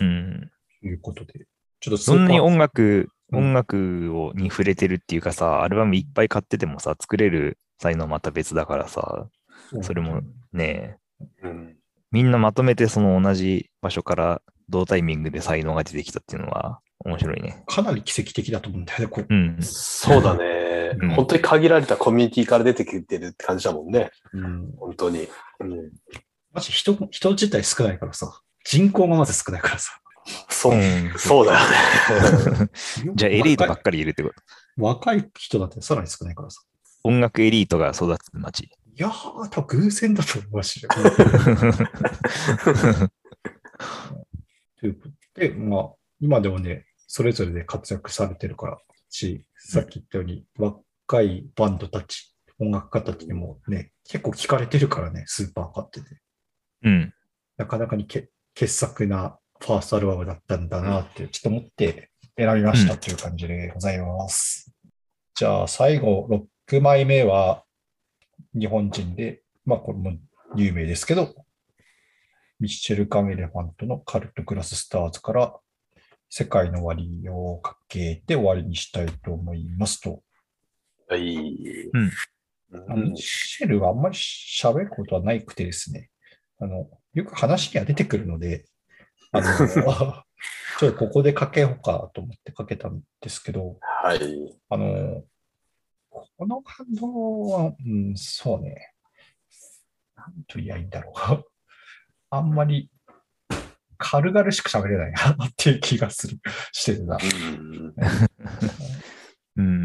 B: うん。
C: ということで。ちょっとス
B: そ
C: ーパー
B: んなに音楽
C: うん
B: 音楽をに触れてるっていうかさ、アルバムいっぱい買っててもさ、作れる才能また別だからさ、それもね、
A: うん。
B: みんなまとめてその同じ場所から同タイミングで才能が出てきたっていうのは面白いね。
C: かなり奇跡的だと思うんだよね。こう
B: うん。
A: そうだね
B: うん。
A: 本当に限られたコミュニティから出てきてるって感じだもんね。
C: うん、
A: 本当に。うん、
C: マジ人、人自体少ないからさ。人口がまず少ないからさ。
A: そう、
B: うん
A: そうだよね。
B: じゃあエリートばっ
C: 若い
B: かりいるってこと。
C: 若い人だってさらに少ないからさ。
B: 音楽エリートが育つ街。
C: いやー、多分偶然だと思うマジで。ということで、まあ、今でもね、それぞれで活躍されてるからし、さっき言ったように、若いバンドたち、音楽家たちにもね、結構聞かれてるからね、スーパー買ってて。
B: うん。
C: なかなかにけ傑作なファーストアルバムだったんだなって、ちょっと思って選びましたという感じでございます。じゃあ、最後、6枚目は、日本人で、まあ、これも有名ですけど、ミッシェル・カン・エレファントのカルト・グラス・スターズから、世界の終わりをかけて終わりにしたいと思いますと。
A: はい。
B: うん
C: あ
A: う
C: の
A: ん
C: ミッ。シェルはあんまり喋ることはないくてですね、あのよく話には出てくるので、あのちょっとここでかけようかと思ってかけたんですけど、
A: はい。
C: あのこの反応は、うん、そうね、なんと言えばいいんだろう。 あんまり軽々しく喋れないなっていう気がする、 してるな。
A: うん
B: うん。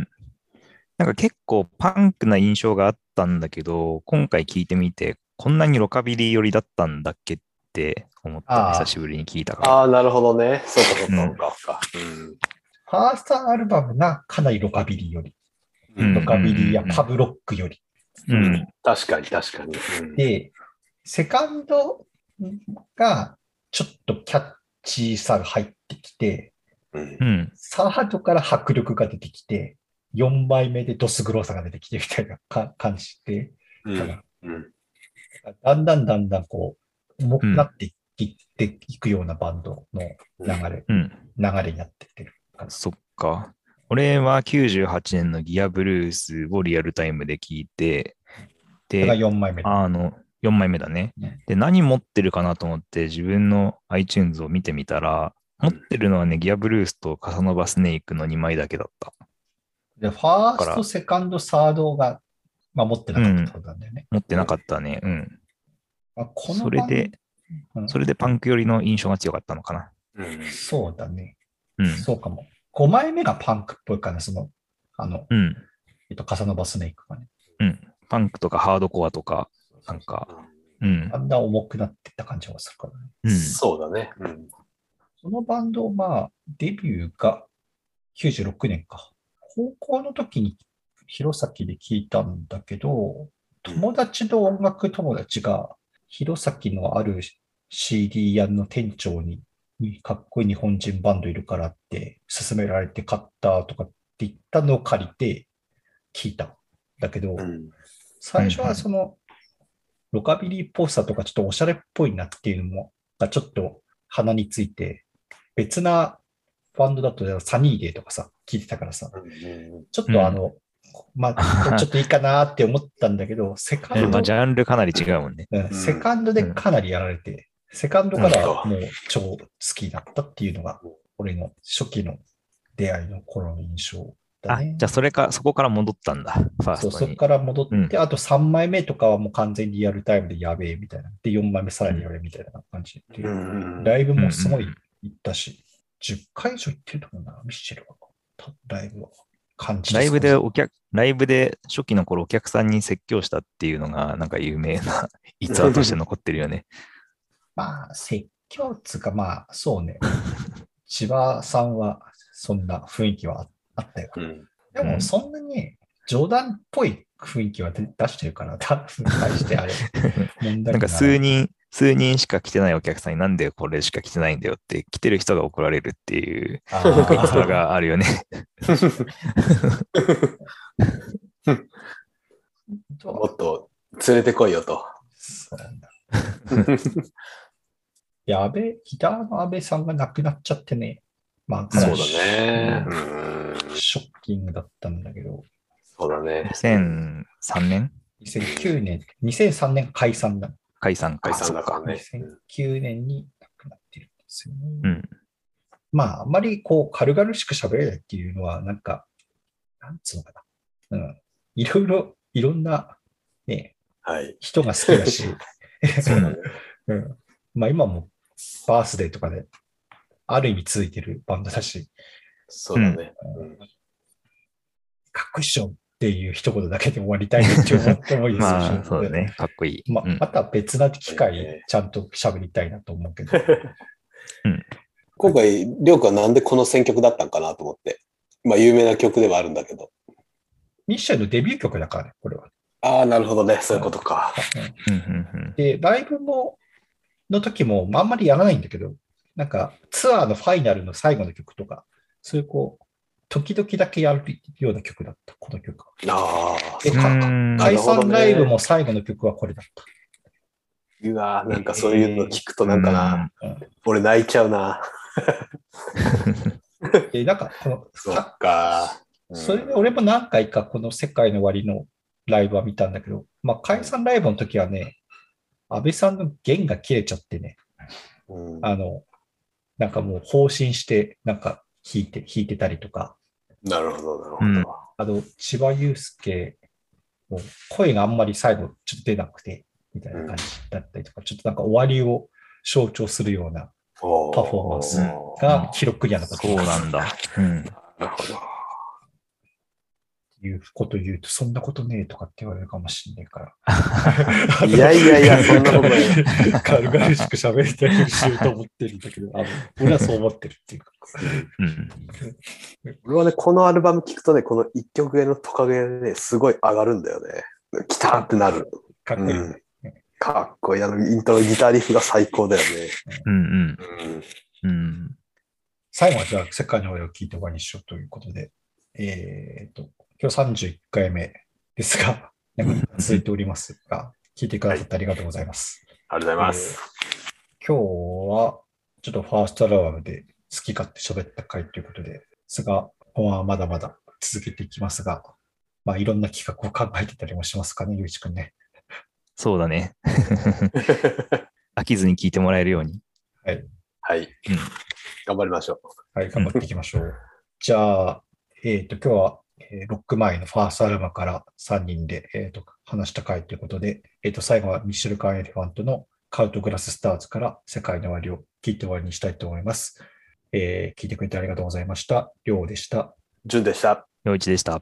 B: なんか結構パンクな印象があったんだけど、今回聞いてみて、こんなにロカビリー寄りだったんだっけって思った
C: あ
B: ね。
C: ー
B: 久しぶりに聞いたから。
A: ああ、なるほどね。そうか、そうか、そうかそうか。うん
C: ファーストアルバムがかなりロカビリーより、
B: うん
C: ロカビリーやパブロックより、
B: うん。
A: 確かに、確かに。うん
C: で、セカンドがちょっとキャッチーさが入ってきて、
A: うん
B: うん。
C: サードから迫力が出てきて、4枚目でドス黒さが出てきてみたいなか感じで、
A: うんうん
C: だんだんだんだんこう、重く
B: うん
C: なっていっていくようなバンドの流れ、
B: うん。
C: 流れになってってる感じ。
B: そっか。俺は98年のギアブルースをリアルタイムで聞いて、
C: それが
B: で、
C: 4枚目。
B: あの、4枚目だね
C: うん。
B: で、何持ってるかなと思って自分の iTunes を見てみたら、持ってるのはね、ギアブルースとカサノバスネークの2枚だけだった。
C: でファ
B: だ
C: ース
B: か
C: ト、
B: ら
C: セカンド、サードが、まあ、持ってなかったってことなんだよね。
B: 持ってなかったね。うん。
C: まあ、この
B: それ
C: バン
B: で、
C: うん
B: それでパンク寄りの印象が強かったのかな。
A: うん
C: そうだね。
B: うん。
C: そうかも。5枚目がパンクっぽいから、その、あの、
B: うん。
C: えっと、カサノバスネークがね、
B: うん。パンクとかハードコアとか、なんか、うん
C: だ。んだん重くなってった感じがするからね。
B: うん。
A: そうだね。うん
C: そのバンド、まあ、デビューが96年か。高校の時に弘前で聞いたんだけど、友達の音楽友達が、弘前のある CD 屋の店長に、かっこいい日本人バンドいるからって勧められて買ったとかって言ったのを借りて聞いたんだけど、
A: うん
C: 最初はその、ロカビリーっぽさとかちょっとおしゃれっぽいなっていうのも、がちょっと鼻について、別なバンドだとサニーデーとかさ、聞いてたからさ、
A: うん
C: ちょっとあの、まあ、ちょっといいかなって思ったんだけど、セカ
B: え
C: ン
B: ま
C: ド
B: あ、ジ、ャンルかなり違うもんね。
C: うんセカンドでかなりやられて、セカンドからもう超好きだったっていうのが、俺の初期の出会いの頃の印象だ
B: あ、
C: ね。
B: じゃあそれか、そこから戻ったんだ、ファー
C: そ
B: スト
C: う、そこ
B: に。
C: から戻って、
B: うん
C: あと3枚目とかはもう完全にリアルタイムでやべえみたいな。で、4枚目さらにやべえみたいな感じで。
A: うん
C: ライブもすごい行ったし、10回以上行ってると思うな、ミッシェルは。たライブは。感じ
B: ライブで
C: そう
B: お客、ライブで初期の頃お客さんに説教したっていうのが、なんか有名な逸話として残ってるよね。
C: まあ、説教っつうか、まあ、そうね。 千葉さんはそんな雰囲気はああったよ。
A: うん
C: で
B: う
C: も、
B: ん
C: そんなに冗談っぽい雰囲気は出出してるから、多分対し てあれ。問
B: な
C: 題
B: ん
C: に
B: か
C: らい
B: 数人、数人しか来てないお客さんになんでこれしか来てないんだよって、来てる人が怒られるっていう、
C: あ
B: なんか
C: ー
B: 逸話があるよね。
A: もっと連れてこいよと。
C: そうなんだ。いや、安倍、ギターの安倍さんが亡くなっちゃってね。まあ、
A: そう
C: 悲しい
A: だね。
C: う
A: うんん
C: ショッキングだったんだけど、
A: そうだね。
B: 2003年
C: 2009年、2003年解散だ。
B: 解散か。
A: 解散だからね。
C: 2009年に亡くなってるんですよね。
B: うん。
C: まあ、あんまりこう、軽々しく喋れないっていうのは、なんか、なんつうのかな。うん。いろいろ、いろんな、ね、
A: はい。
C: 人が好きだ し、
A: そうだね。
C: うん。まあ、今も、バースデーとかで、ある意味続いてるバンドだし、
A: そうだね。うん
C: かっこいいっしょっていう一言だけで終わりたいって思ってもいいですよ
B: まあ、そうだ。ね。かっこいい。
C: まあ
B: うん、
C: また別な機会でちゃんと喋りたいなと思 うけど。
A: 今回、りょうくんはなんでこの選曲だったんかなと思って。まあ、有名な曲ではあるんだけど。
C: ミッションのデビュー曲だからね、これは。
A: ああ、なるほどね。そういうことか。
C: うん
B: うんうん
C: で、ライブも、の時も、まああんまりやらないんだけど、なんかツアーのファイナルの最後の曲とか、そういうこう、時々だけやるような曲だった、この曲は。
A: ああ、
C: で
A: そっか
B: う。ん
A: なる
C: 解
A: ほどね
C: 散ライブも最後の曲はこれだっ
A: うわーなんかそういうの聞くとなんかな、
C: うん
A: 俺泣いちゃうな。
C: た。で、なんかこの、
A: そっか。うん
C: それで俺も何回かこの世界の終わりのライブは見たんだけど、まあ、解散ライブの時はね、安倍さんの弦が切れちゃってね、
A: うん
C: あの、なんかもう放心して、なんか弾いて、弾いてたりとか、
A: なるほど、なるほど。
B: うん
C: あの、千葉祐介も声があんまり最後ちょっと出なくて、みたいな感じだったりとか、ちょっとなんか終わりを象徴するような
A: お
C: パフォーマンス
A: な
C: が記録にはなかった
B: そうなんだ。うん。
A: るほど。
C: いうことを言うと、そんなことねえとかって言われるかもしれないから。
A: いやいやいやそんなことない
C: 軽々しく喋りたいしようと思ってるんだけど、あの俺はそう思ってるっていうか。
B: うん。
A: 俺はね、このアルバム聴くとね、この一曲へのトカゲね、すごい上がるんだよね。来たーってなる。
C: かっこいいよね。
A: かっこいい。あの、イントロギターリフが最高だよね。
B: うん
A: うん。
B: うん。うん。
C: 最後はじゃあ、世界の終わりを聞いて終わりにしようということで、えー、と、今日31回目ですが、なんか続いておりますが、聞いてくださってありがとうございます。
A: ありがとうございます。
C: 今日は、ちょっとファーストアルバムで好き勝手喋った回ということで、ですが、このまままだまだ続けていきますが、まあ、いろんな企画を考えてたりもしますかね、ゆういちくんね。
B: そうだね。 飽きずに聞いてもらえるように。
A: はい。
B: うん
A: 頑張りましょ
C: はい、頑張っていきましょう。じゃあ、えっ、と、今日は、えーロック前のファーストアルバムから3人で、えー、と話した回ということで、えっ、と、最後はミシェル・カーン・エレファントのカウト・グラス・スターズから世界の終わりを聞いて終わりにしたいと思います。えー聞いてくれてありがとうございました。りょうでした。
A: う。順でした。
B: 陽一でした。